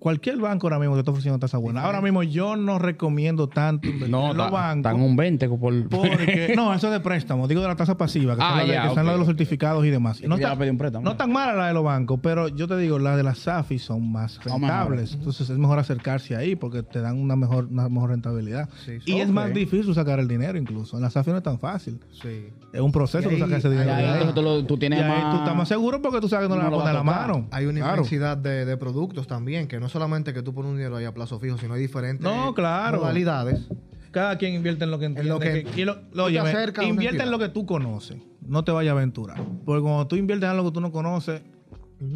Cualquier banco ahora mismo te está ofreciendo tasas buenas. Ahora mismo yo no recomiendo tanto invertir
No,
en los
ta-
bancos.
están un 20 por...
Porque, no, eso es de préstamo. Digo de la tasa pasiva, que,
Ah,
son, la de,
ya,
que son
ok,
la de los
ok.
certificados y demás.
que ya pedí un préstamo.
no tan mala la de los bancos, pero yo te digo, las de las SAFI son más
Son mejores.
rentables. Entonces es mejor acercarse ahí porque te dan una mejor, una mejor rentabilidad.
Sí,
y es más difícil sacar el dinero incluso. En la SAFI no es tan fácil.
Sí.
Es un proceso tú
Y ahí-
sacar ese dinero.
Ya,
de
ahí
ahí.
Ah, entonces tú, lo- tú
Ah. Y
tienes
ahí
más...
tú estás más seguro porque tú sabes que no,
no
la
lo
vas a
vas a
poner a la
tocar.
mano.
Hay una
Claro.
inmensidad de, de productos también, que no solamente que tú pones un dinero ahí a plazo fijo, sino hay diferentes
No, claro.
modalidades.
Cada quien invierte en lo que entiende.
lo que-
que- y lo- lo-
tú te
óyeme,
acercas a una
invierte en
entidad.
lo que tú conoces. No te vayas a aventurar. Porque cuando tú inviertes en algo que tú no conoces,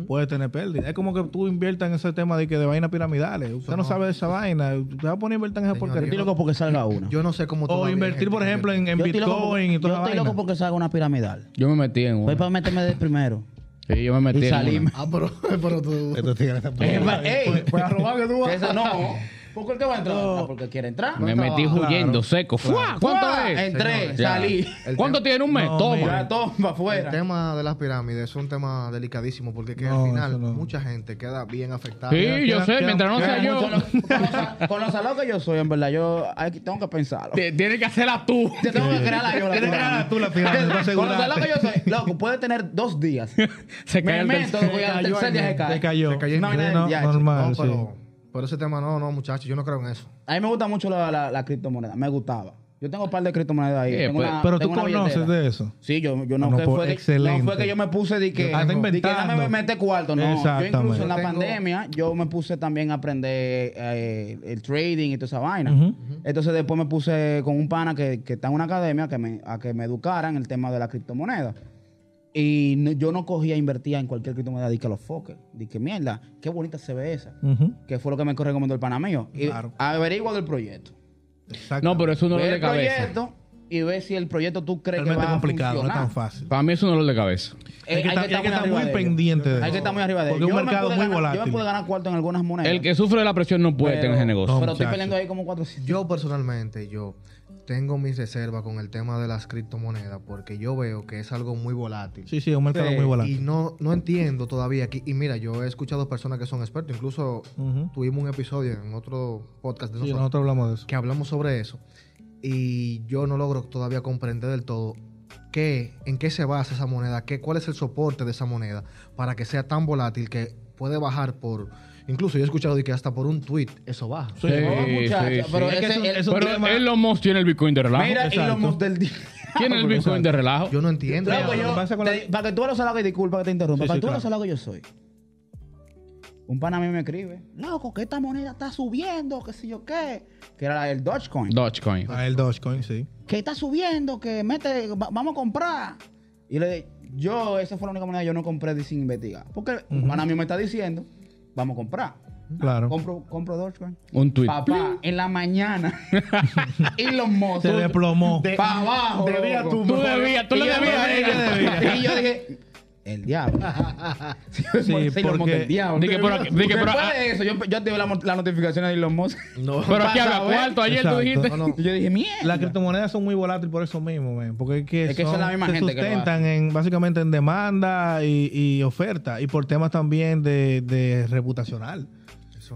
puedes tener pérdida. Es como que tú inviertas en ese tema de que de vainas piramidales. Usted no, sabe de esa vaina. Usted va a poner a invertir en esa
Yo estoy
porquería.
loco porque salga una.
Yo no sé cómo
O
todavía hay
invertir,
gente
por
que
ejemplo, en, en
Yo estoy loco
Bitcoin
porque-
y toda
Yo
esa
estoy loco
vaina.
porque salga una piramidal.
Yo me metí en
Voy para
una.
meterme de primero.
Sí, yo me metí
Y
en
salí.
una.
Ah, pero, pero tú...
Estos tigres están
Eh, va- ey,
Pues a robar que tú vas.
Eso no. ¿Por qué el que va a entrar? Ah, Porque quiere entrar.
Me metí
Claro.
huyendo, seco. ¡Fua! ¿Cuánto
¡Fua!
es?
Entré,
Ya.
salí.
El
¿Cuánto
tema-
tiene un mes?
No,
Toma.
mira.
Ya, toma,
El
afuera.
tema de las pirámides es un tema delicadísimo porque que
No,
al final
eso no.
mucha gente queda bien afectada.
Sí, yo
queda-
sé,
queda-
mientras no
queda
sea yo.
Con lo, con lo sa- con lo salado que yo soy, en verdad, yo hay que- tengo que pensarlo.
Te- Tienes que hacerla tú.
Te tengo que crear la yo.
Tienes
la
que
pirámide.
crear tú la pirámide, para
Con lo
asegurarte.
salado que yo soy, loco, puede tener dos días.
Se
Me
cae el
meto,
tercer-
voy al
cayó
tercer
el-
día se cae.
Se cayó.
Se cayó
No,
en el
no,
viaje.
normal,
no,
Ah, sí.
pero, pero ese tema no, no, muchachos, yo no creo en eso.
A mí me gusta mucho la, la, la criptomoneda. Me gustaba. Yo tengo un par de criptomonedas ahí.
Eh,
Tengo
pues,
una-
Pero tú
tengo una
conoces
billetera.
de eso.
Sí, yo, yo no,
No,
que
pues,
fue que-
excelente.
no fue que yo me puse de
Ah,
que,
está
de que
inventando.
dame mete cuarto, no. Yo
Exactamente.
incluso en la
Yo tengo-
pandemia yo me puse también a aprender eh, el trading y toda esa vaina.
Ujú.
Entonces después me puse con un pana que, que está en una academia que me, a que me educaran el tema de la criptomoneda. Y no- yo no cogía, invertía en cualquier criptomoneda, di que los foques, di que mierda, qué bonita se ve esa.
Ujú.
Que fue lo que me recomendó el pana mío. Y
Claro.
Averigua del proyecto.
Exacto.
No, pero es un
Ve
dolor
el
de cabeza.
proyecto y ve si el proyecto tú crees
realmente
que va a
complicado, no es
funcionar.
tan fácil.
Para mí es un dolor de cabeza.
Eh,
Hay que estar- hay que estar muy
arriba de ello.
pendiente de
Hay que
eso.
estar muy arriba de
Porque es
ello.
un
Yo me
mercado
pude
muy
ganar- Yo me
volátil.
pude ganar cuarto en algunas monedas.
El que sufre de la presión no puede
pero-
tener ese negocio.
Pero estoy
muchacho.
peleando ahí como 400.
Yo personalmente, yo tengo mis reservas con el tema de las criptomonedas porque yo veo que es algo muy volátil.
Sí, sí, es un mercado
Sí.
muy
Y
volátil.
no, no entiendo todavía aquí. Y mira, yo he escuchado personas que son expertos. Incluso
Ujú.
tuvimos un episodio en otro podcast de
Sí,
nosotros
nosotros hablamos de eso.
que hablamos sobre eso. Y yo no logro todavía comprender del todo qué, en qué se basa esa moneda, qué, cuál es el soporte de esa moneda para que sea tan volátil que puede bajar por. Incluso yo he escuchado de que hasta por un tweet eso baja.
Sí,
Oh, muchacho,
sí, sí.
pero
Es que
ese-
eso-
el-
eso-
Pero
un tema-
Elon Musk tiene el Bitcoin de relajo.
Mira, y
Exacto.
los mos del día.
Tiene el Bitcoin de relajo.
Yo no entiendo.
Loco,
lo que
pues yo-
pasa con la-
te- Para que tú veas lo salado que disculpa que te interrumpa.
Sí,
para
sí,
que tú veas lo
claro.
salado que yo soy. Un pana a mí me escribe, loco, que esta moneda está subiendo, que sé yo qué. Que era la del Dogecoin.
Dogecoin.
Ah, el Dogecoin, sí.
que está subiendo, que mete, va- vamos a comprar. Y le yo, esa fue la única manera que yo no compré de- sin investigar. Porque un pana mío me está diciendo, vamos a comprar.
Claro.
Compro, compro Dogecoin.
Un tweet.
Papá, en la mañana. y los mozos.
Se desplomó.
De-
Para abajo.
Debía
loco.
tú,
Tú
mejor.
debías, tú
Y
le
yo
debías a
dije,
ella.
Y yo dije, el diablo. sí,
porque-
el diablo.
Dije, pero aquí- dije, pero-
Después
ah.
de eso, yo, yo te veo la, mo- la notificación de Elon Musk.
No.
Pero aquí
Para
habla
saber.
cuarto, ayer
Exacto.
tú dijiste.
No, no.
Y yo dije, mierda.
Las criptomonedas son muy volátiles por eso mismo, man, porque es que,
Es que son la misma
se
gente que lo
sustentan en, básicamente en demanda y, y oferta y por temas también de, de reputacional.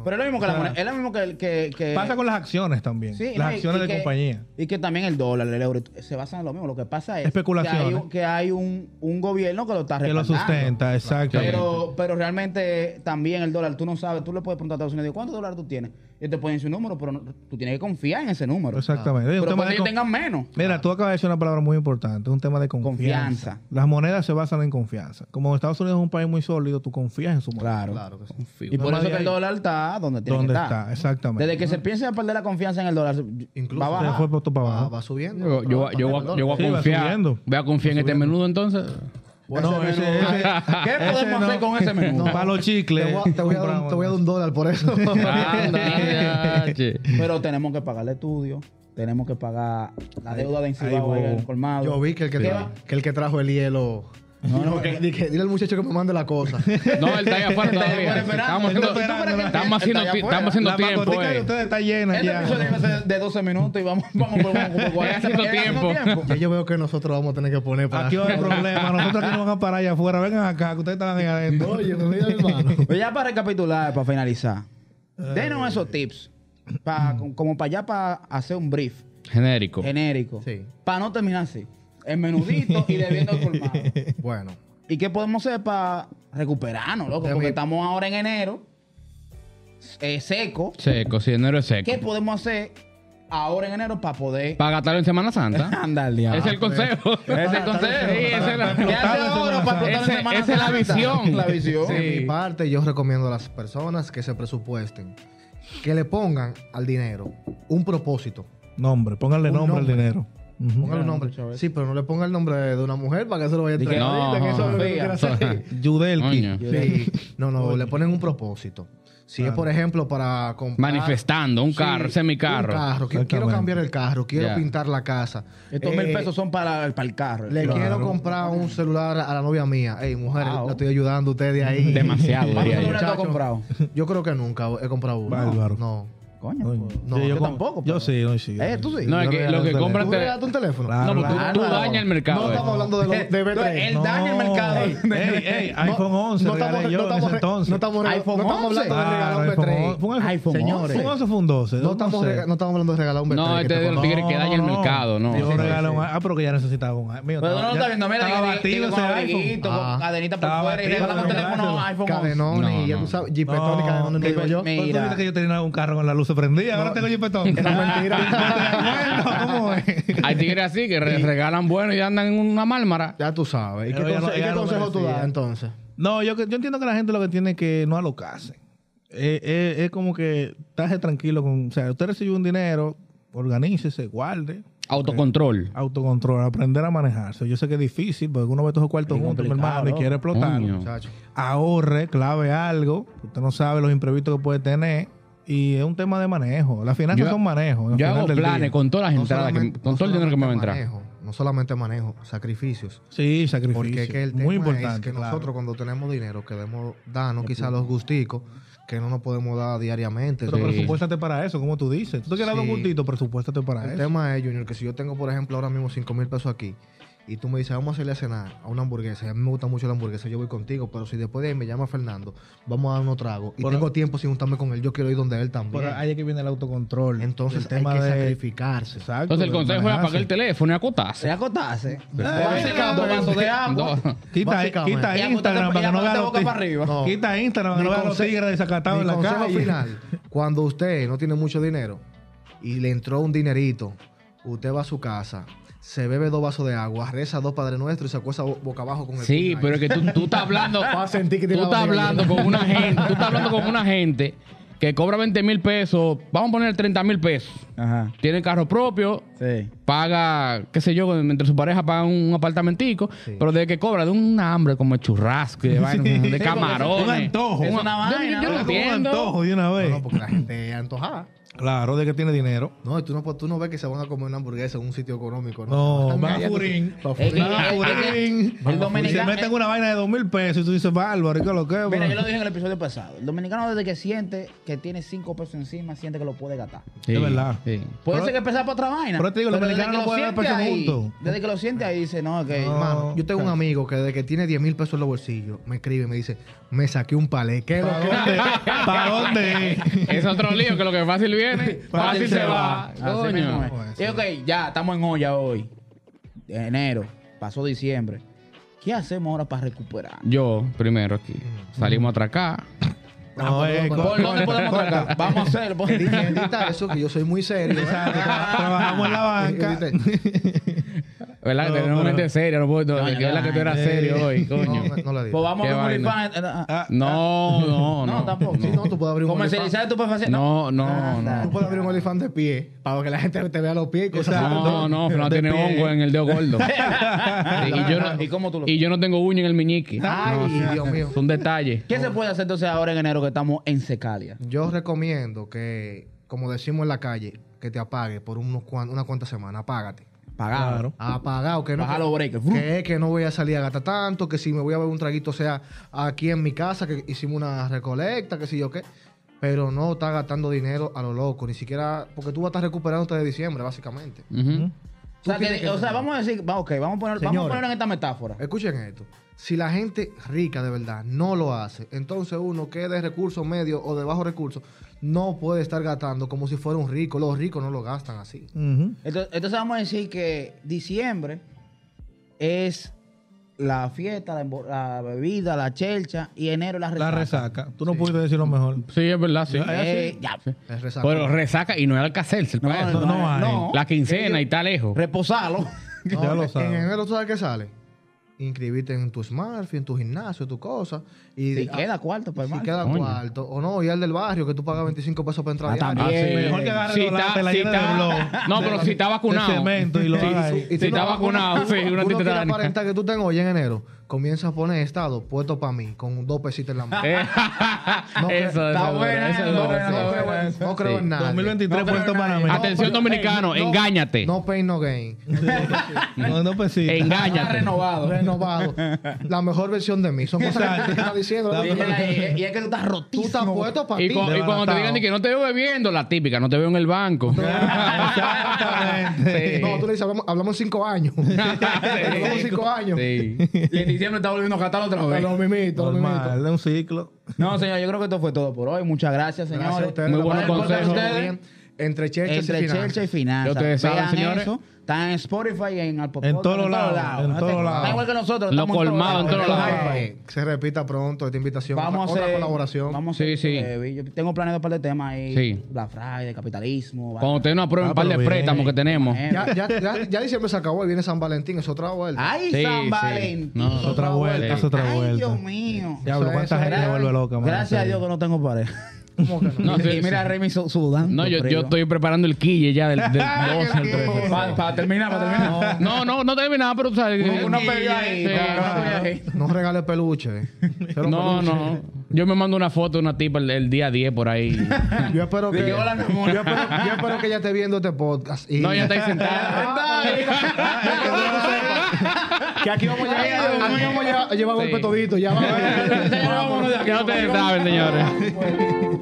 Pero es lo mismo que la
Claro.
moneda. Es lo mismo que. el- que, que-
Pasa con las acciones también,
Eh, Sí,
las
no, y-
acciones
y
de
que-
compañía.
Y que también el dólar, el euro, se basan en lo mismo. Lo que pasa es.
Especulaciones.
Que hay, un- que hay un, un gobierno que lo está
Que lo
respaldando.
sustenta, exactamente.
Pero, pero realmente también el dólar, tú no sabes, tú le puedes preguntar a Estados Unidos, ¿cuántos dólares tú tienes? Y te pueden decir un número, pero no- tú tienes que confiar en ese número.
Exactamente. Es un
Pero
tema
cuando
de
ellos
con-
tengan menos.
Mira, tú acabas de decir una palabra muy importante, es un tema de confianza.
Confianza.
Las monedas se basan en confianza. Como Estados Unidos es un país muy sólido, tú confías en su moneda.
Claro.
Claro que sí.
Y
Nada
por
más
eso
de
que el
ahí.
dólar está donde tiene
¿Dónde
que
está?
estar.
Exactamente.
Desde que se piense en perder la confianza en el dólar,
Incluso
va a
Se
bajar.
fue por todo para
Va,
abajo.
Ah, va subiendo.
Yo, yo,
Pero va-
yo voy a-
perdón.
yo voy a
Sí, va
confiar.
subiendo.
Voy a confiar en este menudo entonces.
Bueno,
Ese
ese-
menú-
ese-
¿Qué
ese
podemos
no.
hacer con ese menú?
Para los chicles.
Te voy a- te voy a dar un- te voy a dar un dólar por eso.
Anda, che.
Pero tenemos que pagar el estudio, tenemos que pagar la deuda de Incibao
ahí bobo.
ahí en el
Ah,
colmado.
Yo vi que el que,
¿Qué
tra-
va?
que el que trajo el hielo.
No, no,
Dije, dile al muchacho que me mande la cosa.
No, él está ahí afuera
Está ahí
todavía.
afuera esperando,
Estamos haciendo,
está esperando.
estamos haciendo
Está allá
ti-
afuera.
estamos haciendo
La
tiempo.
pues.
macotica de
eh.
ustedes está llena
Este
ya.
episodio iba a ser de 12 minutos y vamos, vamos por vamos por- por-
Ya haciendo
ya
tiempo.
Ya yo veo que nosotros vamos a tener que poner para.
Aquí va el problema. Nosotros aquí no vamos a parar allá afuera. Vengan acá, que ustedes están ahí adentro.
Oye, mira, hermano.
Pero ya para recapitular, para finalizar, denos esos tips. pa- com- como para allá para hacer un brief
Genérico.
genérico.
Sí.
Para no terminar así. En menudito y debiendo el colmado.
Bueno,
¿Y qué podemos hacer para recuperarnos, loco?
De
Porque
mi-
estamos ahora en enero, eh, seco.
Seco, si enero es seco.
¿Qué podemos hacer ahora en enero para poder
Para gastarlo en Semana Santa.
andar al
Ese es el consejo. Ese es el consejo. Sí, esa es
¿Qué
la-
hace ahora para explotar en
Ese-
Semana
esa es la
Santa?
visión.
La visión.
Sí.
de mi parte, yo recomiendo a las personas que se presupuesten, que le pongan al dinero un propósito.
Nombre, pónganle
Un
nombre al
nombre.
dinero. Ujú.
Póngale
muchas
un nombre.
veces.
Sí, pero no le ponga el nombre de una mujer para que se lo vaya a
Di que
entregar.
no,
ahorita, que eso es lo que tú
Sofía.
quieres hacer.
Yudelki.
Coño.
Sí. No, no, le ponen un propósito. Si es, por ejemplo, para comprar...
Manifestando un
Sí,
carro, semicarro.
Un carro. que- Quiero
Exactamente.
cambiar el carro, quiero
Ya.
pintar la casa.
Estos
Eh,
mil pesos son para, para el carro.
Le quiero comprar un celular a la novia mía. Ey, mujer,
Wow.
la estoy ayudando a ustedes ahí.
Demasiado,
¿Cuántos
diría yo.
celulares tú has
Muchacho.
comprado?
Yo creo que nunca he comprado uno.
Bárbaro.
No.
Coño.
Coño.
pues.
No,
Sí,
yo
como-
tampoco,
Yo
pero-
sí, yo sí.
Eh, tú sí.
No, es que lo que
Yo
¿Tú
compras
le das un teléfono?
Claro.
No, pues tú, tú
Claro.
dañas el
No
mercado. eh.
estamos hablando de los de
Él
B3.
No.
daña el mercado.
Ey, ey, iPhone 11 regalé yo en ese entonces.
No estamos, rega-
iPhone
no estamos
11.
hablando de
Ah,
regalar un
iPhone
B3.
11. Fue un iPhone-
iPhone
Fue un 11 fue un 12.
No estamos,
sé.
rega- no estamos hablando de regalar un B3.
No,
que
este
te
de los
pongan-
tigres que dañan el
no.
mercado, no.
Yo
Sí,
regalé un Ah, pero que ya necesitaba un iPhone.
Pero tú no lo estás viendo. Mira,
estaba
que- que-
batido
que
ese
con
iPhone.
abriguito, con
Ah.
cadenita por
Estaba
fuera y
batido,
regalamos un
no,
teléfono
no.
iPhone 11.
Cadenones,
No,
y ya
no. pues,
tú sabes, jipetón y
No.
cadenones, no digo yo.
Jipe-
Pero tú
Mira.
viste que yo tenía un carro con la luz prendida. Ahora tengo yo petón.
Era mentira.
¿Cómo es?
Hay tigres así que re- regalan bueno y andan en una mármara.
Ya tú sabes. ¿Y qué,
Pero ya
conse-
no-
y
ya
qué
no
consejo tú
merecía.
das entonces?
No, yo, que- yo entiendo que la gente lo que tiene es que no alocarse. Eh, eh, es como que esté tranquilo con. O sea, usted recibe un dinero, organícese, guarde,
Autocontrol.
autocontrol, aprender a manejarse. Yo sé que es difícil porque uno ve todos esos cuartos juntos, mi
complicado,
hermano, y
loco.
quiere explotar.
Coño.
Muchacho.
Ahorre, clave algo. Usted no sabe los imprevistos que puede tener. Y es un tema de manejo. Las finanzas
Yo-
son manejo. al
Yo
final
hago
del día.
planes con todas las
No
entradas, que-
solamente-
con
no
todo el dinero que me va a
solamente
entrar.
manejo, no solamente manejo, sacrificios.
Sí, sacrificio.
Porque es que el tema
Muy importante.
es que
claro.
nosotros cuando tenemos dinero queremos darnos quizás los gusticos que no nos podemos dar diariamente.
Pero
Sí.
presupuéstate para eso, como tú dices. Tú te quieres dar un
Sí.
gustito, presupuéstate para
El
eso.
tema es, Junior, que si yo tengo, por ejemplo, ahora mismo 5 mil pesos aquí y tú me dices, vamos a hacerle a cenar a una hamburguesa, y a mí me gusta mucho la hamburguesa, yo voy contigo, pero si después de ahí me llama Fernando, vamos a dar unos tragos y
Por-
tengo tiempo sin juntarme con él, yo quiero ir donde él también.
Pero ahí es que viene el autocontrol.
Entonces
el
hay
tema
que
de-
sacrificarse.
Exacto,
Entonces el
de
consejo es apagar el
manejarse.
teléfono y acotarse.
Se acotase.
Básicamente.
Dos vasos de agua.
No.
Quita,
Básicamente.
quita
Y acostarte-
Instagram para
y
que no vea
acostarte
los
boca
tig-
para arriba.
No.
Quita Instagram para que
Mi
no vea los
conse-
tigres desacatados
mi
en la
consejo
calle.
final, cuando usted no tiene mucho dinero y le entró un dinerito, Usted va a su casa, se bebe dos vasos de agua, reza dos Padre Nuestro y se acuesta bo- boca abajo con el
Sí,
Good night.
pero es que tú, tú estás hablando.
a sentir que
tú
tiene la
estás
barriga
hablando
llena.
con una gente. Tú estás hablando con una gente que cobra 20 mil pesos. Vamos a poner 30 mil pesos.
Ajá.
Tiene carro propio.
Sí.
Paga, qué sé yo, entre su pareja paga un apartamentico, pero desde que cobra de un hambre como de churrasco, y de, vaina, de camarones.
un antojo.
Es
Es
una
una
vaina.
vaina,
Yo,
¿no?
no
Como un
entiendo.
antojo de una vez.
No, no, porque la gente es antojada.
Claro, de que tiene dinero.
No, y tú no, pues, tú no ves que se van a comer una hamburguesa en un sitio económico.
No,
Están
va
allá, tú-
furín.
Va
Es que-
furín.
El
Y se
dominicano.
meten una vaina de dos mil pesos y tú dices, bárbaro, ¿qué lo que? es,
Mira,
bro?"
yo lo dije en el episodio pasado. El dominicano, desde que siente que tiene cinco pesos encima, siente que lo puede gastar.
Es verdad.
sí.
Puede
Pero-
ser que empezar para otra vaina.
pero te digo, el
desde
dominicano
que
no
lo
puede dar
siente
pesos
ahí,
juntos.
Desde que lo siente ahí, dice, no, que.
No.
Hermano, yo tengo un amigo que desde que tiene 10 mil pesos en los bolsillos, me escribe y me dice, me saqué un palé. ¿Qué es lo que-"
¿Para dónde?
Es otro lío que lo que fácil viene, fácil se va.
Así mismo
Coño.
es. Y ok, ya estamos en olla hoy. De enero, pasó diciembre. ¿Qué hacemos ahora para recuperar?
Yo, primero aquí. Salimos a atracar.
No, es
¿Por dónde podemos tratar? Vamos a pues, hacerlo. por-
Edita, edita eso, que yo soy muy serio.
Trabajamos en la banca.
¿Verdad?
No,
que tenemos
pero-
gente seria. No puedo. no,
No,
de
ya,
que verdad
ya,
que tú eras
ya.
serio hoy, coño.
No, no la digo.
Pues vamos
Qué
a ver un
vaina.
OnlyFans, eh, ah, ah.
No, no, no.
No, tampoco.
Sí, no, tú puedes abrir un
Comercializar tu perfección.
No, no,
Tú
no.
puedes abrir un olifán de pie para que la gente te vea los pies y cosas así.
No, no, no tiene hongo en el dedo gordo. Sí, y, yo no,
¿Y cómo tú lo-
y yo no tengo uña en el miñique.
Ay,
No, sí,
Dios mío.
Es un detalle.
¿Qué se puede hacer entonces ahora en enero que estamos en Secalia?
Yo recomiendo que, como decimos en la calle, que te apague por unos cuan- unas cuantas semanas. Apágate.
Pagado.
Claro.
Apagado, que no.
Baja los breakers.
Que, que no voy a salir a gastar tanto, que si me voy a beber un traguito sea aquí en mi casa, que hicimos una recolecta, que si yo qué. Pero no está gastando dinero a lo loco, ni siquiera. Porque tú vas a estar recuperándote de diciembre, básicamente.
Ujú.
O sea, que-
tienes que
o sea, vamos a decir, va, ok, vamos a poner, vamos a
Señores.
poner en esta metáfora.
Escuchen esto. Si la gente rica de verdad no lo hace, entonces uno que es de recursos medios o de bajos recursos no puede estar gastando como si fuera un rico. Los ricos no lo gastan así.
Ujú.
Entonces, entonces vamos a decir que diciembre es la fiesta, la, embo- la bebida, la chelcha y enero la resaca.
La resaca. Tú no pudiste decirlo mejor.
Sí, es verdad, Ah, sí.
Eh, ya.
Es resaca.
Pero resaca y no es alcacelce. para eso.
no, no hay.
La quincena y está lejos.
Reposalo.
No,
ya lo
en-
sabes.
En enero tú sabes qué sale. Inscribirte en tu Smartfit, en tu gimnasio, en tu cosa. Y
Y
ah,
queda cuarto pues, para el
si
marzo.
queda
Coño.
cuarto. O no, y al del barrio que tú pagas 25 pesos para entrar.
Ah,
diario.
Ah, sí.
Bien.
Mejor que agarre
Si
los
está-
lápices, la
si
llene de
está-
blog,
No,
de-
pero si está vacunado.
de cemento y lo
Sí,
haga
sí,
ahí.
sí. Si
tú
está
no-
vacunado, sí, una
uno quiere
titeránica.
aparentar que tú tengas hoy en enero. Comienza a poner estado puesto para mí con dos pesitos en la mano.
Eh,
No,
eso,
está
eso es
buena,
eso es
no,
duro,
no,
sí.
No creo en- No creo en nada.
2023
No,
puesto
pero
para
nadie.
mí.
Atención dominicano, engáñate.
No pain, no gain.
No, no, pues sí.
Ah,
Engáñate.
renovado.
Renovado. La mejor versión de mí. Son cosas que tú estás diciendo.
Y es que- y es que tú estás
Tú
rotísimo.
estás puesto para
Y,
ti.
cu- y cuando te digan de que no te veo bebiendo, la típica, no te veo en el banco.
Exactamente.
Sí.
No, tú le dices, hablamos, hablamos cinco años. hablamos cinco años.
Sí.
Y en diciembre está volviendo a catar otra
Pues,
A
vez.
Los mimitos, a los mimitos.
Normal, de un ciclo.
No, señor, yo creo que esto fue todo por hoy. Muchas gracias, señores.
Gracias a ustedes.
Muy
La
buenos
pasamos bien.
consejos.
Entre Chelsea y
Entre
Finanzas.
Chelsea y finanzas.
Ya ustedes saben,
Vean
señores.
eso. Está en Spotify y en Apple
En
Podcast,
todos lados, en
No
todos
te-
lados.
Está igual que nosotros.
Lo
estamos en todos
colmado, en
lados.
todos lados.
Eh, que se repita pronto esta invitación.
Vamos a
otra,
hacer...
otra colaboración.
Vamos a
Sí,
hacer...
sí.
eh, yo tengo planeado un par de temas ahí.
Sí.
Black Friday, capitalismo.
Cuando
vaina.
ustedes nos aprueben
Ah,
un par de
pero bien.
préstamos que tenemos.
Eh,
Ya, ya, ya, ya diciembre se acabó y viene San Valentín. Es otra vuelta.
¡Ay,
Sí, sí.
San Valentín!
No.
Otra vuelta, es otra
Ay,
vuelta.
Dios mío.
Diablo,
Eso,
cuánta
eso,
gente se
Gracias-
vuelve loca, mano.
Gracias a Dios que no tengo pareja.
¿Cómo que
No,
no?
sí,
y mira a Remy su- sudando.
No, yo, yo
frío.
estoy preparando el quille ya del, del 12 al 13.
Para terminar, para terminar.
No, no, no terminé nada, pero tú sabes.
Uno- uno peleó ahí,
Sí,
claro,
claro.
uno peleó ahí.
No regales peluche. Cero
No, no. Yo me mando una foto de una tipa el, el día 10 por ahí.
Yo espero que.
Yo la memoria.
yo espero, yo espero que ella esté viendo este podcast. Y
No, ya está ahí sentada.
Que aquí vamos a llevar,
Ay, Dios
aquí
mío.
vamos a llevar, llevar
Sí.
golpe todito. Ya va a ver.
Ya ustedes saben, señores.
Bueno.